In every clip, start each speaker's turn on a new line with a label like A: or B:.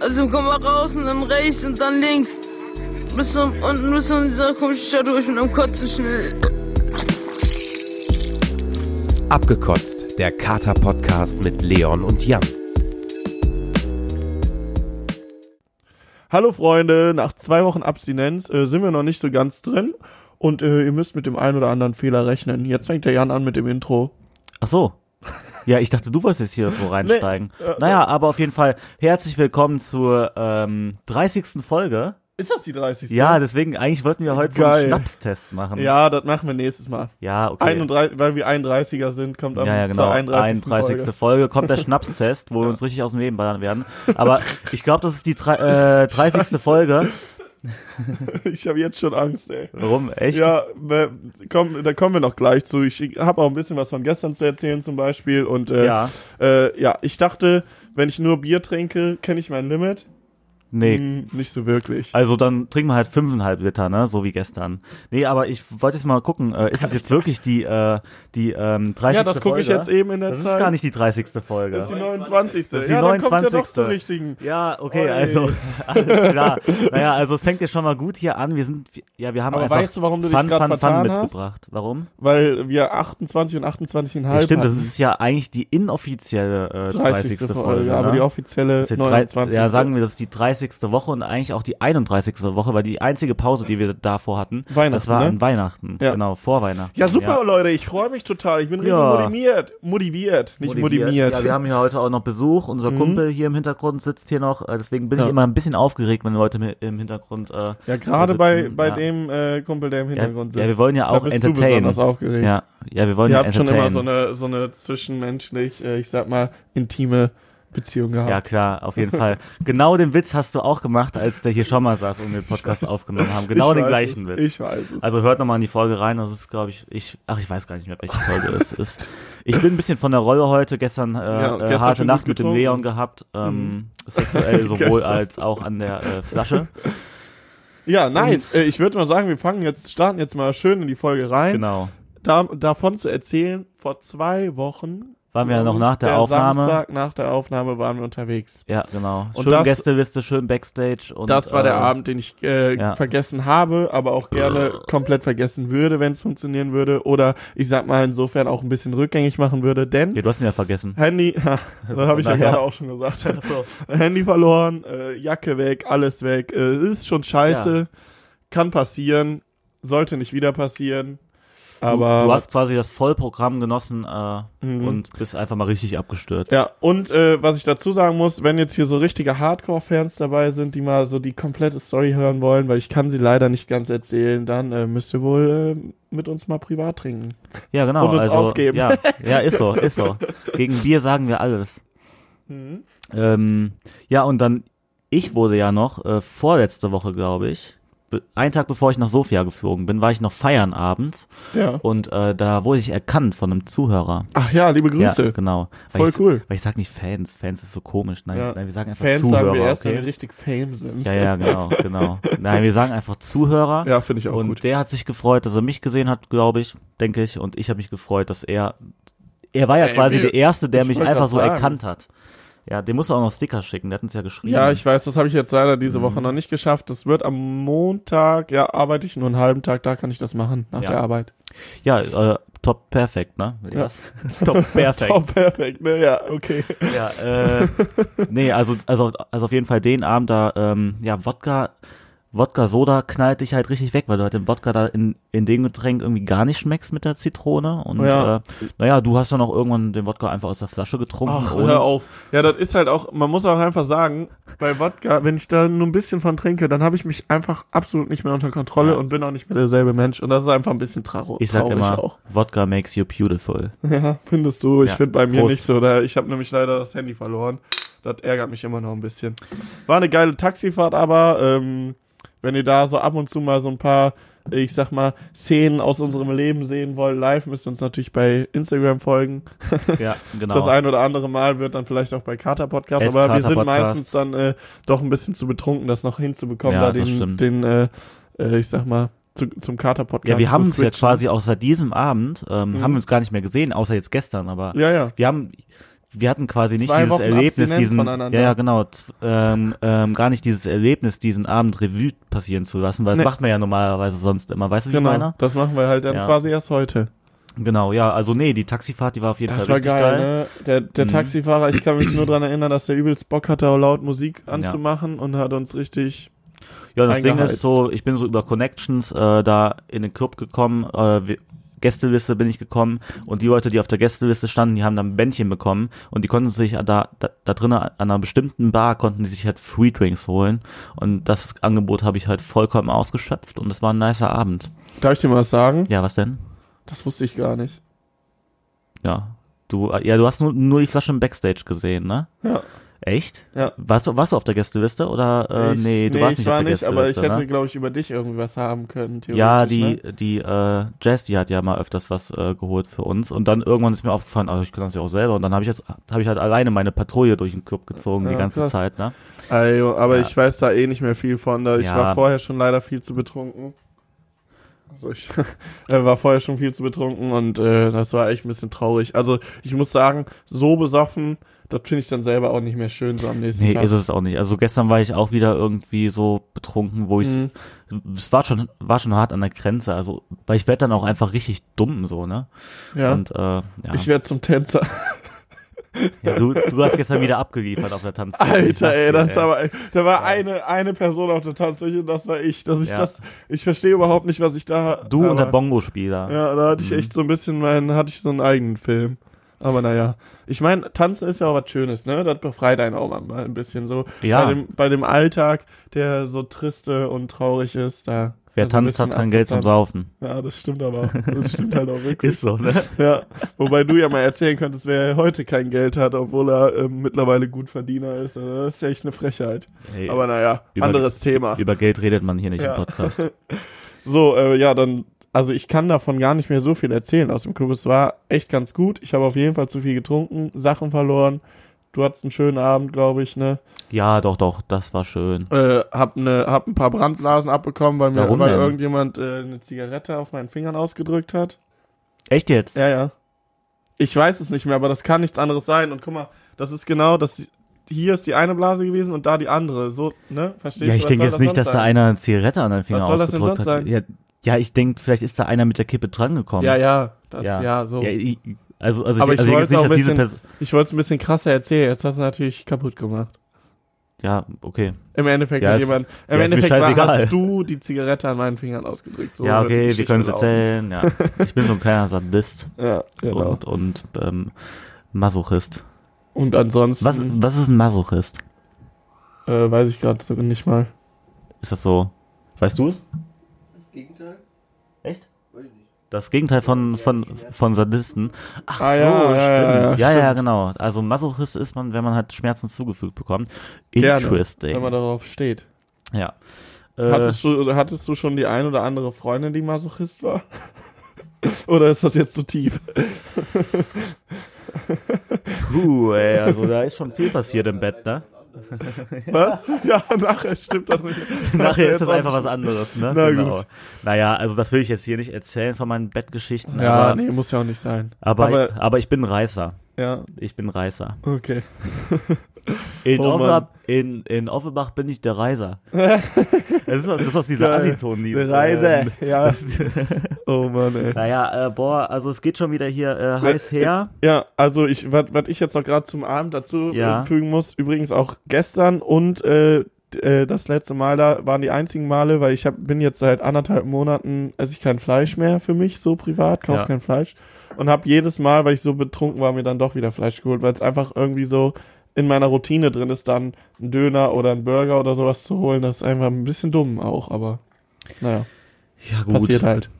A: Also komm mal raus und dann rechts und dann links. Bis zum, unten bis in dieser komischen Stadt durch mit einem Kotzen schnell.
B: Abgekotzt, der Kater-Podcast mit Leon und Jan.
C: Hallo Freunde, nach zwei Wochen Abstinenz äh, sind wir noch nicht so ganz drin und äh, ihr müsst mit dem einen oder anderen Fehler rechnen. Jetzt fängt der Jan an mit dem Intro.
D: Ach so. Ja, ich dachte, du wolltest jetzt hier irgendwo reinsteigen. naja, aber auf jeden Fall herzlich willkommen zur ähm, 30. Folge.
C: Ist das die 30?
D: Ja, deswegen, eigentlich wollten wir heute so
C: Geil.
D: einen Schnapstest machen.
C: Ja, das machen wir nächstes Mal.
D: ja okay.
C: 31, weil wir 31er sind, kommt am
D: ja, ja, genau.
C: zur
D: 31.
C: 31.
D: Folge.
C: Folge.
D: kommt der Schnapstest, wo wir uns richtig aus dem Leben ballern werden. Aber ich glaube, das ist die drei- äh, 30. Folge.
C: Ich habe jetzt schon Angst, ey.
D: Warum? Echt?
C: Ja, wir- komm, da kommen wir noch gleich zu. Ich habe auch ein bisschen was von gestern zu erzählen zum Beispiel. Und äh,
D: Ja.
C: Äh, ja, ich dachte, wenn ich nur Bier trinke, kenne ich mein Limit.
D: Nee.
C: Hm, nicht so wirklich.
D: Also dann trinken wir halt fünfeinhalb Liter, ne? So wie gestern. Nee, aber ich wollte jetzt mal gucken, äh, ist es jetzt wirklich die, äh, die ähm, 30.
C: Ja, das gucke ich
D: Folge?
C: jetzt eben in der
D: Das ist
C: Zeit.
D: gar nicht die 30.
C: Das ist die
D: Folge.
C: 29.
D: Das ist die
C: ja, dann kommt's ja doch
D: 29..
C: zum richtigen.
D: Ja, okay,
C: Oi.
D: also alles klar. Naja, also es fängt ja schon mal gut hier an. Wir sind, ja, wir haben
C: Aber
D: einfach
C: weißt du, warum du dich
D: Fun,
C: grad
D: Fun, Fun
C: vertan hast?
D: mitgebracht. Warum?
C: Weil wir 28 und 28,5
D: Stimmt, das
C: hatten.
D: ist ja eigentlich die inoffizielle äh, 30. Folge.
C: aber die
D: ne?
C: offizielle
D: Das ist die drei-
C: 29.
D: ja, sagen wir, das ist die 30. Woche und eigentlich auch die 31. Woche, weil die einzige Pause, die wir davor hatten, das
C: Weihnachten,
D: war
C: ne?
D: an Weihnachten.
C: Ja.
D: Genau, vor Weihnachten.
C: Ja, super, Leute, ich freue mich total. Ich bin richtig
D: Ja.
C: motiviert. Motiviert, nicht motiviert. Mhm.
D: Ja, wir haben hier heute auch noch Besuch. Unser Kumpel hier im Hintergrund sitzt hier noch. Äh, Deswegen bin
C: Ja.
D: ich immer ein bisschen aufgeregt, wenn Leute mi- im Hintergrund. Äh,
C: Ja, gerade
D: sitzen.
C: bei, bei
D: ja.
C: dem äh, Kumpel, der im Hintergrund
D: ja,
C: sitzt.
D: wir wollen ja
C: da
D: auch
C: bist Du
D: entertainen.
C: besonders aufgeregt.
D: Ja, ja, wir wollen
C: Ihr
D: ja
C: habt schon immer
D: entertainen.
C: so eine, so eine zwischenmenschlich, äh, ich sag mal, intime Beziehung gehabt.
D: ja, klar, auf jeden Fall. Genau den Witz hast du auch gemacht, als der hier schon mal saß und wir den Podcast aufgenommen haben. Genau
C: Ich
D: den
C: weiß es,
D: gleichen Witz.
C: Ich weiß es.
D: Also hört nochmal in die Folge rein, das ist, glaube ich, ich, ach, ich weiß gar nicht mehr, welche Folge es ist. Ich bin ein bisschen von der Rolle heute, gestern, äh,
C: Ja,
D: äh,
C: gestern
D: harte
C: schon
D: Nacht
C: gut
D: mit dem
C: getrunken. Mhm.
D: Leon gehabt, ähm, sexuell sowohl
C: Gestern.
D: als auch an der äh, Flasche.
C: ja, nice. Äh, ich würde mal sagen, wir fangen jetzt, starten jetzt mal schön in die Folge rein.
D: Genau.
C: da, davon zu erzählen, vor zwei Wochen.
D: Waren wir ja noch
C: glaub ich,
D: nach der Aufnahme.
C: Samstag nach der Aufnahme waren wir unterwegs.
D: Ja, genau.
C: Und
D: Schön
C: das-
D: Gästeliste, schön Backstage. Und,
C: Das war der
D: äh,
C: Abend, den ich äh,
D: ja.
C: vergessen habe, aber auch gerne komplett vergessen würde, wenn es funktionieren würde. Oder ich sag mal, insofern auch ein bisschen rückgängig machen würde, denn
D: Ja, du hast ihn ja vergessen.
C: Handy, ha, das habe ich ja
D: Naja.
C: gerade auch schon gesagt. Handy verloren, äh, Jacke weg, alles weg. Äh, ist schon scheiße, kann passieren, sollte nicht wieder passieren. Aber
D: du, du hast quasi das Vollprogramm genossen äh,
C: Mhm.
D: und bist einfach mal richtig abgestürzt.
C: Ja, und äh, was ich dazu sagen muss, wenn jetzt hier so richtige Hardcore-Fans dabei sind, die mal so die komplette Story hören wollen, weil ich kann sie leider nicht ganz erzählen, dann äh, müsst ihr wohl äh, mit uns mal privat trinken.
D: Ja, genau.
C: Und uns
D: also,
C: ausgeben.
D: Ja, ja, ist so, ist so. Gegen Bier sagen wir alles.
C: Hm.
D: Ähm, ja, und dann, ich wurde ja noch äh, vorletzte Woche, glaube ich, be- einen Tag bevor ich nach Sofia geflogen bin, war ich noch feiern abends
C: Ja.
D: und äh, da wurde ich erkannt von einem Zuhörer.
C: Ach ja, liebe Grüße.
D: Ja, genau. Weil
C: Voll
D: ich,
C: cool.
D: Weil ich sag nicht Fans, Fans ist so komisch. Nein,
C: Ja.
D: nein wir sagen einfach
C: Fans
D: Zuhörer.
C: sagen wir erst, wenn wir
D: okay?
C: richtig Fame sind.
D: Ja, ja, genau, genau. Nein, wir sagen einfach Zuhörer.
C: Ja, finde ich auch
D: Und
C: gut.
D: der hat sich gefreut, dass er mich gesehen hat, glaube ich, denke ich. Und ich habe mich gefreut, dass er. Er war ja
C: Ey,
D: quasi
C: wir-
D: der Erste, der
C: ich
D: mich
C: wollte
D: einfach
C: grad
D: so
C: sagen.
D: erkannt hat. Ja, dem musst du auch noch Sticker schicken, der hat uns ja Mhm. geschrieben.
C: Ja, ich weiß, das habe ich jetzt leider diese Woche noch nicht geschafft. Das wird am Montag, ja, arbeite ich nur einen halben Tag, da kann ich das machen, nach
D: Ja.
C: der Arbeit.
D: ja äh, top perfekt, ne?
C: Ja.
D: top perfekt.
C: Oh, perfekt, ne? Ja, okay.
D: Ja, äh, nee, also, also, also auf jeden Fall den Abend da, ähm, ja, Wodka, Wodka Soda knallt dich halt richtig weg, weil du halt den Wodka da in, in dem Getränk irgendwie gar nicht schmeckst mit der Zitrone. Und
C: Ja.
D: äh, naja, du hast dann auch irgendwann den Wodka einfach aus der Flasche getrunken.
C: Ach,
D: ohne-
C: hör auf. Ja, das ist halt auch, man muss auch einfach sagen, bei Wodka, wenn ich da nur ein bisschen von trinke, dann habe ich mich einfach absolut nicht mehr unter Kontrolle
D: Ja.
C: und bin auch nicht mehr derselbe Mensch. Und das ist einfach ein bisschen traurig.
D: Ich sag
C: traurig
D: immer,
C: auch.
D: Wodka makes you beautiful.
C: Ja, findest du. Ich
D: Ja.
C: finde bei mir
D: Prost.
C: nicht so. Da, ich habe nämlich leider das Handy verloren. Das ärgert mich immer noch ein bisschen. War eine geile Taxifahrt, aber ähm, wenn ihr da so ab und zu mal so ein paar, ich sag mal, Szenen aus unserem Leben sehen wollt, live, müsst ihr uns natürlich bei Instagram folgen.
D: Ja, genau.
C: Das ein oder andere Mal wird dann vielleicht auch bei Kater Podcast,
D: At
C: aber wir
D: Kater
C: sind
D: Podcast.
C: meistens dann äh, doch ein bisschen zu betrunken, das noch hinzubekommen, da
D: Ja, das
C: den,
D: stimmt.
C: den äh, äh, ich sag mal, zu, zum Kater Podcast.
D: ja, wir
C: zu
D: haben uns ja
C: switchen.
D: quasi auch seit diesem Abend, ähm,
C: Mhm.
D: haben wir uns gar nicht mehr gesehen, außer jetzt gestern, aber
C: Ja, ja.
D: wir haben, wir hatten quasi nicht
C: Zwei
D: dieses
C: Wochen
D: Erlebnis,
C: Abstinenz
D: diesen, ja,
C: voneinander.
D: ja, genau, z- ähm, ähm, gar nicht dieses Erlebnis, diesen Abend Revue passieren zu lassen, weil
C: Nee.
D: das macht man ja normalerweise sonst immer, weißt du, wie ich
C: Genau,
D: meine?
C: das machen wir halt dann
D: Ja.
C: quasi erst heute.
D: Genau, ja, also nee, die Taxifahrt, die war auf jeden
C: Das
D: Fall
C: war
D: richtig
C: geil,
D: geil.
C: ne? Der, der
D: Mhm.
C: Taxifahrer, ich kann mich nur dran erinnern, dass der übelst Bock hatte, auch laut Musik anzumachen und hat uns richtig.
D: Ja, das Ding
C: eingeheizt.
D: ist so, ich bin so über Connections äh, da in den Club gekommen, äh, wir- Gästeliste bin ich gekommen und die Leute, die auf der Gästeliste standen, die haben dann ein Bändchen bekommen und die konnten sich da, da, da drinnen an einer bestimmten Bar, konnten die sich halt Free Drinks holen und das Angebot habe ich halt vollkommen ausgeschöpft und es war ein nicer Abend.
C: Darf ich dir mal was sagen?
D: Ja, was denn?
C: Das wusste ich gar nicht.
D: Ja, du, äh, ja, du hast nur, nur die Flasche im Backstage gesehen, ne?
C: Ja.
D: Echt?
C: Ja.
D: Warst du, warst du auf der Gästeliste oder äh,
C: Ich-
D: nee, du warst
C: ich
D: nicht
C: war
D: auf der
C: nicht,
D: Gästeliste,
C: aber ich hätte,
D: ne?
C: glaube ich, über dich irgendwie was haben können, theoretisch.
D: Ja, die,
C: Ne?
D: die äh, Jazz, die hat ja mal öfters was äh, geholt für uns. Und dann irgendwann ist mir aufgefallen, also ich kann das ja auch selber. Und dann habe ich, jetzt- hab ich halt alleine meine Patrouille durch den Club gezogen die
C: Ja,
D: ganze
C: krass.
D: Zeit. Ne?
C: Ajo, aber ich weiß da eh nicht mehr viel von. Da ich
D: Ja.
C: war vorher schon leider viel zu betrunken. Also ich äh, war vorher schon viel zu betrunken und äh, das war echt ein bisschen traurig. Also ich muss sagen, so besoffen, das finde ich dann selber auch nicht mehr schön so am nächsten
D: Nee,
C: Tag.
D: ist es auch nicht. Also gestern war ich auch wieder irgendwie so betrunken, wo ich
C: Mhm.
D: es war schon, war schon hart an der Grenze. Also, weil ich werde dann auch einfach richtig dumm so, ne?
C: ja.
D: Und äh, ja.
C: Ich werde zum Tänzer.
D: ja du, du hast gestern wieder abgeliefert auf der Tanzfläche. ich
C: Alter,
D: sag's
C: ey,
D: dir,
C: das war, da war
D: Ja.
C: eine, eine Person auf der Tanzfläche und das war ich. Dass ich
D: Ja.
C: das, ich verstehe überhaupt nicht, was ich da.
D: Du und
C: aber-
D: der Mhm. Bongo-Spieler.
C: Ja, da hatte ich echt so ein bisschen meinen, hatte ich so einen eigenen Film. Aber naja. Ich meine, Tanzen ist ja auch was Schönes, ne? Das befreit einen auch mal ein bisschen so.
D: Ja.
C: Bei dem, bei dem Alltag, der so triste und traurig ist, da.
D: Wer
C: so Also ein
D: tanzt, hat
C: bisschen
D: kein Geld zum
C: abzutanzen.
D: Saufen.
C: Ja, das stimmt aber. auch. Das stimmt halt auch wirklich.
D: Ist so, ne?
C: Ja, wobei du ja mal erzählen könntest, wer heute kein Geld hat, obwohl er ähm, mittlerweile gut Verdiener ist. Also das ist ja echt eine Frechheit.
D: Ey,
C: Aber naja,
D: Über-
C: anderes Thema.
D: Über Geld redet man hier nicht
C: Ja.
D: im Podcast.
C: So, äh, ja, dann, also ich kann davon gar nicht mehr so viel erzählen aus dem Club. Es war echt ganz gut. Ich habe auf jeden Fall zu viel getrunken, Sachen verloren. Du hattest einen schönen Abend, glaube ich, ne?
D: Ja, doch, doch, das war schön.
C: Äh, hab, ne, hab ein paar Brandblasen abbekommen, weil mir
D: Warum
C: weil
D: denn?
C: irgendjemand äh, eine Zigarette auf meinen Fingern ausgedrückt hat.
D: Echt jetzt?
C: Ja, ja. Ich weiß es nicht mehr, aber das kann nichts anderes sein. Und guck mal, das ist genau das. Hier ist die eine Blase gewesen und da die andere. So, ne? Verstehst
D: Ja,
C: du?
D: ich
C: Was
D: denke
C: soll
D: jetzt nicht,
C: sonst
D: dass da
C: sein?
D: einer eine Zigarette an den Finger
C: Was soll das denn
D: ausgedrückt
C: sonst
D: hat. Ja, ja, ich denke, vielleicht ist da einer mit der Kippe drangekommen.
C: Ja, ja. Das, ja. so.
D: Ja, ich, also, also,
C: Aber
D: ich,
C: ich
D: also ich
C: wollte
D: jetzt nicht,
C: auch
D: dass
C: ein
D: diese
C: bisschen-
D: Person.
C: Ich wollte es ein bisschen krasser erzählen. Jetzt hast du natürlich kaputt gemacht.
D: Ja, okay.
C: Im Endeffekt
D: Ja,
C: hat
D: ist-
C: jemand. Im
D: ja, ist mir
C: Endeffekt war,
D: scheißegal.
C: hast du die Zigarette an meinen Fingern ausgedrückt. So
D: ja,
C: wird die
D: okay, wir
C: Geschichte
D: können es
C: laufen.
D: erzählen. Ja. Ich bin so ein kleiner Sadist
C: Ja, genau. Und,
D: und, und ähm, Masochist.
C: ansonsten.
D: Was, was ist ein Masochist?
C: Äh, weiß ich gerade so nicht mal.
D: Ist das so? Weißt du es?
E: Das Gegenteil?
D: Echt?
E: Weiß ich nicht.
D: Das Gegenteil von, von, von Sadisten. Ach
C: Ah,
D: so,
C: ja, ja, ja, ja,
D: stimmt. Ja, ja,
C: stimmt.
D: genau. Also Masochist ist man, wenn man halt Schmerzen zugefügt bekommt.
C: Gerne,
D: Interesting.
C: Wenn man darauf steht.
D: ja. Äh,
C: Hattest du, hattest du schon die ein oder andere Freundin, die Masochist war? oder ist das jetzt zu tief?
D: Puh, ey, also da ist schon viel passiert im Bett, ne?
C: Was? Ja, nachher stimmt das nicht.
D: Nachher ist das einfach
C: was.
D: was anderes, ne?
C: Na gut.
D: Naja, also das will ich jetzt hier nicht erzählen von meinen Bettgeschichten.
C: Ja,
D: aber,
C: nee, muss ja auch nicht sein.
D: aber, aber, ich bin Reißer.
C: ja,
D: Ich bin Reißer.
C: okay.
D: In,
C: Oh,
D: Offenbach, in, in Offenbach bin ich der Reiser. das, ist, doch- das ist aus dieser
C: Geil.
D: Asiton, die.
C: Eine Reise, ja.
D: Ähm,
C: Oh Mann, ey.
D: naja, äh, boah, also es geht schon wieder hier äh, heiß her.
C: Ja, also ich, was ich jetzt noch gerade zum Abend dazu
D: Ja.
C: äh, fügen muss, übrigens auch gestern und äh, d- äh, das letzte Mal da waren die einzigen Male, weil ich hab, bin jetzt seit anderthalb Monaten, esse ich kein Fleisch mehr für mich, so privat, kaufe
D: Ja.
C: kein Fleisch. Und habe jedes Mal, weil ich so betrunken war, mir dann doch wieder Fleisch geholt, weil es einfach irgendwie so in meiner Routine drin ist, dann einen Döner oder einen Burger oder sowas zu holen. Das ist einfach ein bisschen dumm auch, aber naja,
D: Ja, gut.
C: passiert halt.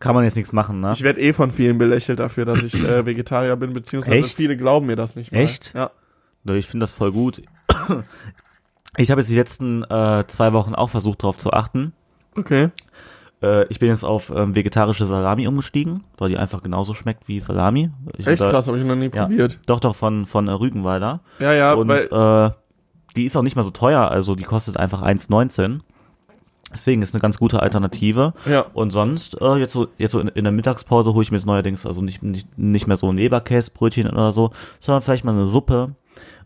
D: Kann man jetzt nichts machen, ne?
C: Ich werde eh von vielen belächelt dafür, dass ich äh, Vegetarier bin, beziehungsweise
D: Echt?
C: viele glauben mir das nicht mal.
D: Echt?
C: Ja.
D: Nö, Also, Ich finde das voll gut. Ich habe jetzt die letzten äh, zwei Wochen auch versucht, darauf zu achten.
C: Okay.
D: Äh, ich bin jetzt auf ähm, vegetarische Salami umgestiegen, weil die einfach genauso schmeckt wie Salami. Ich
C: Echt
D: unter-
C: krass, habe ich noch nie
D: Ja,
C: probiert.
D: doch, doch, von, von äh, Rügenweiler.
C: Ja, ja,
D: Und
C: weil
D: äh, die ist auch nicht mehr so teuer, also die kostet einfach 1,19. Deswegen ist eine ganz gute Alternative.
C: Ja.
D: Und sonst, äh, jetzt so, jetzt so in, in der Mittagspause hole ich mir jetzt neuerdings also nicht, nicht, nicht mehr so ein Leberkäsebrötchen oder so, sondern vielleicht mal eine Suppe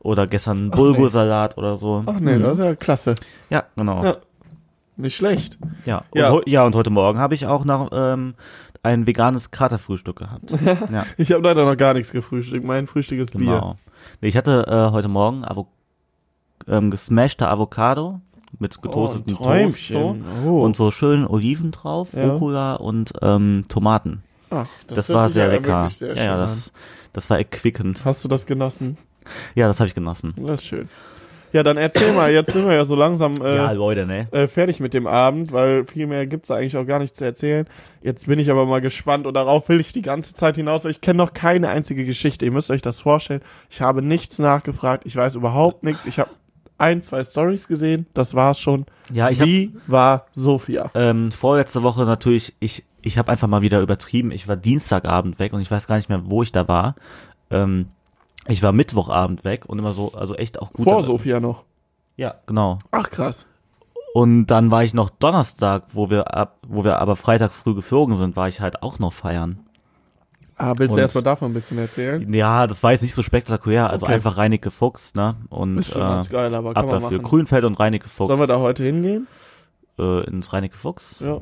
D: oder gestern einen Bulgursalat oder so.
C: Ach nee, das ist ja klasse.
D: Ja, genau.
C: Ja. Nicht schlecht.
D: Ja.
C: Ja.
D: Und, heu- ja, und heute Morgen habe ich auch noch ähm, ein veganes Katerfrühstück gehabt. ja,
C: Ich habe leider noch gar nichts gefrühstückt. Mein Frühstück ist Bier.
D: genau. Nee, ich hatte äh, heute Morgen Avo ähm, gesmashte Avocado mit getoastetem
C: Oh, ein
D: Toast so,
C: Träumchen. Oh.
D: und so schön Oliven drauf,
C: Ja.
D: Rucola und ähm, Tomaten.
C: Ach,
D: Das,
C: hört
D: war
C: sich
D: sehr
C: ja
D: lecker.
C: wirklich sehr
D: ja, ja,
C: schön
D: das, das war erquickend.
C: an. Hast du das genossen?
D: Ja, das habe ich genossen.
C: Das ist schön. Ja, dann erzähl mal. Jetzt sind wir ja so langsam äh,
D: ja, Leute, ne?
C: äh, fertig mit dem Abend, weil viel mehr gibt's da eigentlich auch gar nicht zu erzählen. Jetzt bin ich aber mal gespannt und darauf will ich die ganze Zeit hinaus. weil Ich kenne noch keine einzige Geschichte. Ihr müsst euch das vorstellen. Ich habe nichts nachgefragt. Ich weiß überhaupt nichts. Ich habe ein, zwei Stories gesehen. Das war's schon.
D: Ja, ich habe
C: Wie war Sophia?
D: ähm, vorletzte Woche natürlich, ich, ich habe einfach mal wieder übertrieben. Ich war Dienstagabend weg und ich weiß gar nicht mehr, wo ich da war. Ähm, ich war Mittwochabend weg und immer so, also echt auch gut.
C: Vor
D: aber-
C: Sophia noch.
D: Ja, genau.
C: Ach krass.
D: Und dann war ich noch Donnerstag, wo wir ab, wo wir aber Freitag früh geflogen sind, war ich halt auch noch feiern.
C: Ah, willst
D: Und-
C: du erstmal davon ein bisschen erzählen?
D: Ja, das war jetzt nicht so spektakulär, also
C: Okay.
D: einfach Reinecke Fuchs, ne? Und
C: Ist schon
D: äh,
C: ganz geil, aber kann
D: ab
C: man
D: dafür.
C: machen.
D: Grünfeld und Reinecke Fuchs.
C: Sollen wir da heute hingehen?
D: äh, ins Reinecke Fuchs.
C: Ja.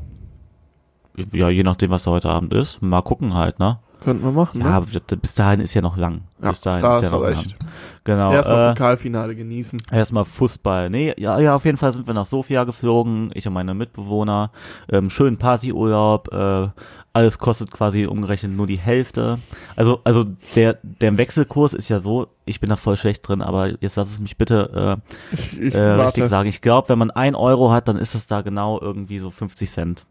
D: Ja, je nachdem, was da heute Abend ist. Mal gucken halt, ne?
C: Könnten wir machen, ne?
D: Ja, aber bis dahin ist ja noch lang.
C: Ja,
D: bis dahin
C: da
D: ist ja
C: hast du
D: noch
C: recht.
D: lang. Genau.
C: Erstmal
D: Erstmal, äh,
C: Pokalfinale genießen.
D: erstmal Fußball. Nee, ja, ja, auf jeden Fall sind wir nach Sofia geflogen, ich und meine Mitbewohner. Ähm, schönen Partyurlaub, äh, alles kostet quasi umgerechnet nur die Hälfte. Also, also der, der Wechselkurs ist ja so, ich bin da voll schlecht drin, aber jetzt lass es mich bitte äh,
C: Ich
D: äh, richtig
C: warte.
D: sagen. Ich glaube, wenn man ein Euro hat, dann ist das da genau irgendwie so 50 Cent.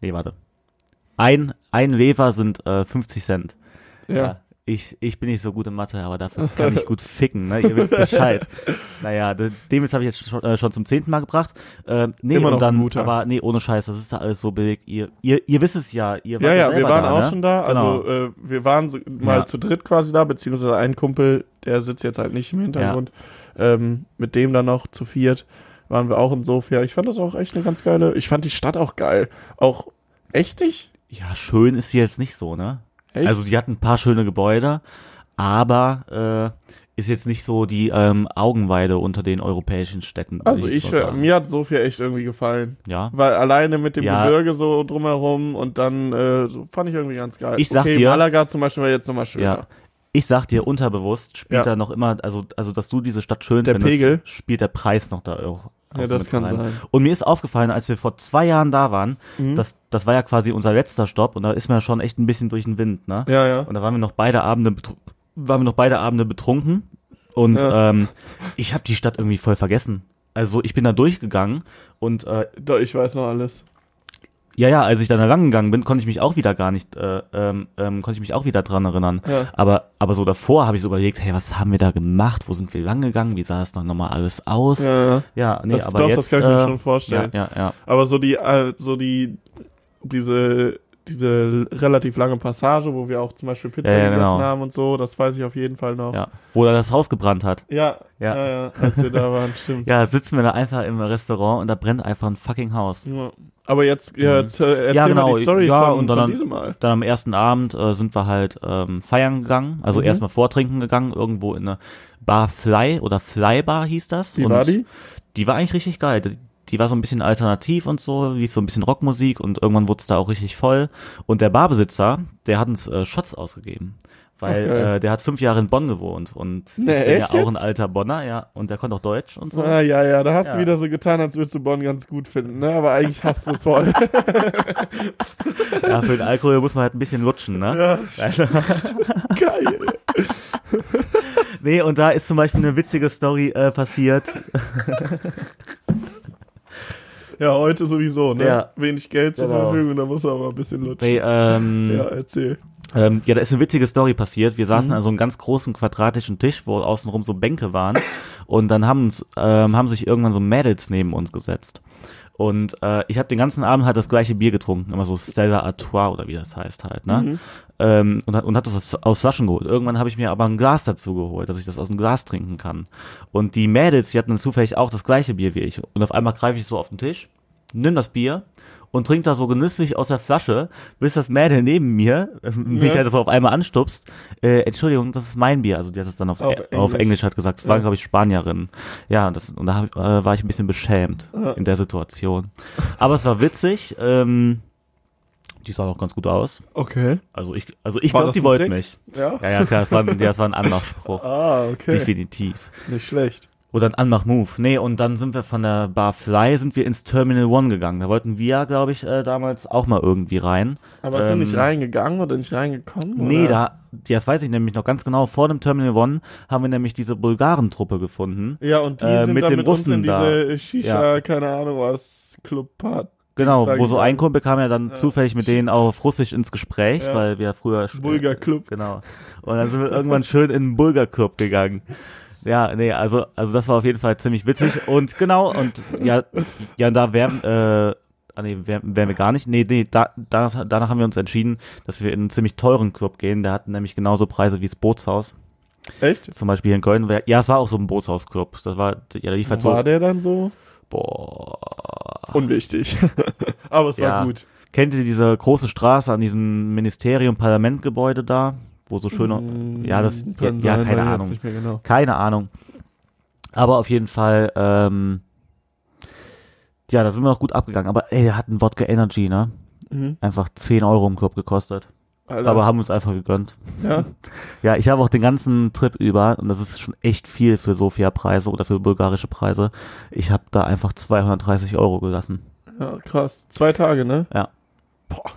D: Nee, warte. Ein, ein Lever sind äh, 50 Cent.
C: Ja.
D: Ja. Ich, ich bin nicht so gut in Mathe, aber dafür kann ich gut ficken, ne? Ihr wisst Bescheid. naja, de- dem jetzt habe ich jetzt schon, äh, schon zum zehnten Mal gebracht. Ähm, nee,
C: Immer noch
D: und dann,
C: ein guter.
D: aber nee, ohne Scheiß, das ist da alles so billig. Ihr, ihr, ihr wisst es ja, ihr
C: Ja,
D: wart
C: ja, wir
D: selber
C: waren
D: da,
C: auch
D: ne?
C: schon da. Also
D: genau.
C: äh, wir waren so, mal
D: Ja.
C: zu dritt quasi da, beziehungsweise ein Kumpel, der sitzt jetzt halt nicht im Hintergrund. Ähm, mit dem dann noch zu viert waren wir auch in Sofia. Ich fand das auch echt eine ganz geile. Ich fand die Stadt auch geil. Auch echt nicht?
D: ja, schön ist sie jetzt nicht so, ne?
C: Echt?
D: Also die hatten ein paar schöne Gebäude, aber äh, ist jetzt nicht so die ähm, Augenweide unter den europäischen Städten. würd
C: also
D: jetzt
C: ich,
D: mal
C: äh,
D: sagen.
C: mir hat Sofia echt irgendwie gefallen.
D: ja.
C: Weil alleine mit dem
D: Ja.
C: Gebirge so drumherum und dann äh, so, fand ich irgendwie ganz geil.
D: Ich sag
C: okay,
D: dir-
C: Malaga zum Beispiel war jetzt nochmal schöner.
D: Ja. Ich sag dir, unterbewusst spielt
C: Ja.
D: da noch immer, also, also, dass du diese Stadt schön
C: Der
D: findest,
C: Pegel.
D: spielt der Preis noch da auch. auch
C: Ja,
D: so
C: das
D: mit
C: kann
D: rein.
C: sein. Mhm.
D: Und mir ist aufgefallen, als wir vor zwei Jahren da waren, das, das war ja quasi unser letzter Stopp und da ist man ja schon echt ein bisschen durch den Wind, ne?
C: Ja, ja.
D: Und da waren wir noch beide Abende betru- waren wir noch beide Abende betrunken und
C: Ja.
D: ähm, ich habe die Stadt irgendwie voll vergessen. Also ich bin da durchgegangen und äh,
C: Doch, ich weiß noch alles.
D: ja, ja, als ich dann da lang gegangen bin, konnte ich mich auch wieder gar nicht, äh, ähm, ähm, konnte ich mich auch wieder dran erinnern.
C: Ja.
D: Aber, aber so davor habe ich so überlegt, hey, was haben wir da gemacht? Wo sind wir lang gegangen? Wie sah das noch nochmal alles aus? Ja,
C: Ja, ja.
D: nee,
C: Das-
D: aber
C: doch, das kann
D: jetzt.
C: ich mir
D: äh,
C: schon vorstellen.
D: Ja, ja, ja.
C: Aber so die, äh, so die, diese, diese relativ lange Passage, wo wir auch zum Beispiel Pizza
D: Ja, ja,
C: gegessen
D: genau.
C: haben und so, das weiß ich auf jeden Fall noch.
D: ja. Wo da das Haus gebrannt hat.
C: ja, ja,
D: Ja.
C: ja, als wir da waren, stimmt.
D: Ja, sitzen wir da einfach im Restaurant und da brennt einfach ein fucking Haus.
C: Ja. Aber jetzt ja,
D: Mhm.
C: zu- erzähl
D: Ja, genau.
C: mal die Storys
D: Ja,
C: von,
D: und dann-
C: von diesem Mal.
D: Dann am ersten Abend äh, sind wir halt ähm, feiern gegangen, also
C: Mhm.
D: erstmal vortrinken gegangen, irgendwo in eine Bar Fly oder Fly Bar hieß das.
C: Wie
D: und
C: war die?
D: die war eigentlich richtig geil. Die, die war so ein bisschen alternativ und so, lief so ein bisschen Rockmusik und irgendwann wurde es da auch richtig voll. Und der Barbesitzer, der hat uns äh, Shots ausgegeben. Weil
C: Ach, geil.
D: äh, der hat fünf Jahre in Bonn gewohnt und
C: Nee,
D: ich bin ja
C: echt
D: auch
C: jetzt?
D: ein alter Bonner, ja, und der konnte auch Deutsch und so.
C: Ah, ja, ja, da hast du
D: Ja.
C: wieder so getan, als würdest du Bonn ganz gut finden, ne? Aber eigentlich hast du es voll.
D: Ja, für den Alkohol muss man halt ein bisschen lutschen, ne?
C: ja, geil.
D: Nee, und da ist zum Beispiel eine witzige Story äh, passiert.
C: Ja, heute sowieso, ne?
D: Ja.
C: Wenig Geld zur
D: Genau.
C: Verfügung, da muss man aber ein bisschen lutschen.
D: Nee, ähm,
C: Ja, erzähl.
D: Ähm, ja, da ist eine witzige Story passiert. Wir saßen an so einem ganz großen quadratischen Tisch, wo außenrum so Bänke waren. Und dann haben, uns, ähm, haben sich irgendwann so Mädels neben uns gesetzt. Und äh, ich habe den ganzen Abend halt das gleiche Bier getrunken, immer so Stella Artois oder wie das heißt halt, ne? Ähm, und hab- und habe das aus- aus Flaschen geholt. Irgendwann habe ich mir aber ein Glas dazu geholt, dass ich das aus dem Glas trinken kann. Und die Mädels, die hatten dann zufällig auch das gleiche Bier wie ich. Und auf einmal greife ich so auf den Tisch nimm das Bier und trink da so genüsslich aus der Flasche, bis das Mädel neben mir, äh, mich halt so auf einmal anstupst, äh, Entschuldigung, das ist mein Bier. Also die hat es dann auf,
C: Auf
D: auf, Englisch. auf
C: Englisch.
D: Englisch hat gesagt. Das war, glaube ich, Spanierin. Ja, das, und da hab, ich- äh, war ich ein bisschen beschämt in der Situation. Aber es war witzig. Ähm, die sah auch ganz gut aus.
C: Okay.
D: Also ich, also ich
C: War
D: glaube,
C: das
D: die
C: ein
D: wollten
C: Trick?
D: mich.
C: Ja?
D: Ja, ja, klar, das war, ein- ja, das war ein Anmachspruch.
C: Ah, okay.
D: Definitiv.
C: Nicht schlecht.
D: Oder ein Anmach-Move. Nee, und dann sind wir von der Bar Fly, sind wir ins Terminal One gegangen. Da wollten wir, glaube ich, äh, damals auch mal irgendwie rein.
C: Aber sind
D: Ähm,
C: nicht reingegangen oder nicht reingekommen?
D: Nee,
C: oder?
D: da, ja, das weiß ich nämlich noch ganz genau. Vor dem Terminal One haben wir nämlich diese Bulgaren-Truppe gefunden.
C: Ja, und die
D: äh,
C: sind
D: mit
C: dann
D: den
C: mit uns in
D: Russen da.
C: diese Shisha, keine Ahnung was, Club Part.
D: Genau,
C: Dienstag
D: wo so
C: gegangen.
D: ein Kumpel kam ja dann zufällig mit denen auch auf Russisch ins Gespräch,
C: Ja.
D: weil wir früher.
C: Bulgar Club.
D: Genau. Und dann sind wir irgendwann schön in den Bulgar Club gegangen. Ja, nee, also, also das war auf jeden Fall ziemlich witzig. Und genau, und ja, ja, da wären, äh, ah nee, wären, wären wir gar nicht. Nee, nee, da, das, danach haben wir uns entschieden, dass wir in einen ziemlich teuren Club gehen. Der hat nämlich genauso Preise wie das Bootshaus.
C: Echt?
D: Zum Beispiel hier in Köln. wär- Ja, es war auch so ein Bootshausclub. Das war, ja, da lief halt so.
C: War der dann so?
D: Boah.
C: Unwichtig. Aber es war
D: Ja.
C: gut.
D: Kennt ihr diese große Straße an diesem Ministerium-Parlamentgebäude da, wo so schöne, genau. ja, das, ja,
C: Mm, Kann
D: ja
C: sein, weiß
D: keine
C: ich jetzt
D: Ahnung,
C: Nicht mehr genau.
D: keine Ahnung. Aber auf jeden Fall, ähm, ja, da sind wir noch gut abgegangen. Aber ey, der hat einen Wodka Energy, ne?
C: Mhm.
D: Einfach 10 Euro im Club gekostet.
C: Alter.
D: Aber haben uns einfach gegönnt.
C: ja.
D: Ja, ich habe auch den ganzen Trip über, und das ist schon echt viel für Sofia-Preise oder für bulgarische Preise, ich habe da einfach 230 Euro gelassen.
C: ja, krass. Zwei Tage, ne?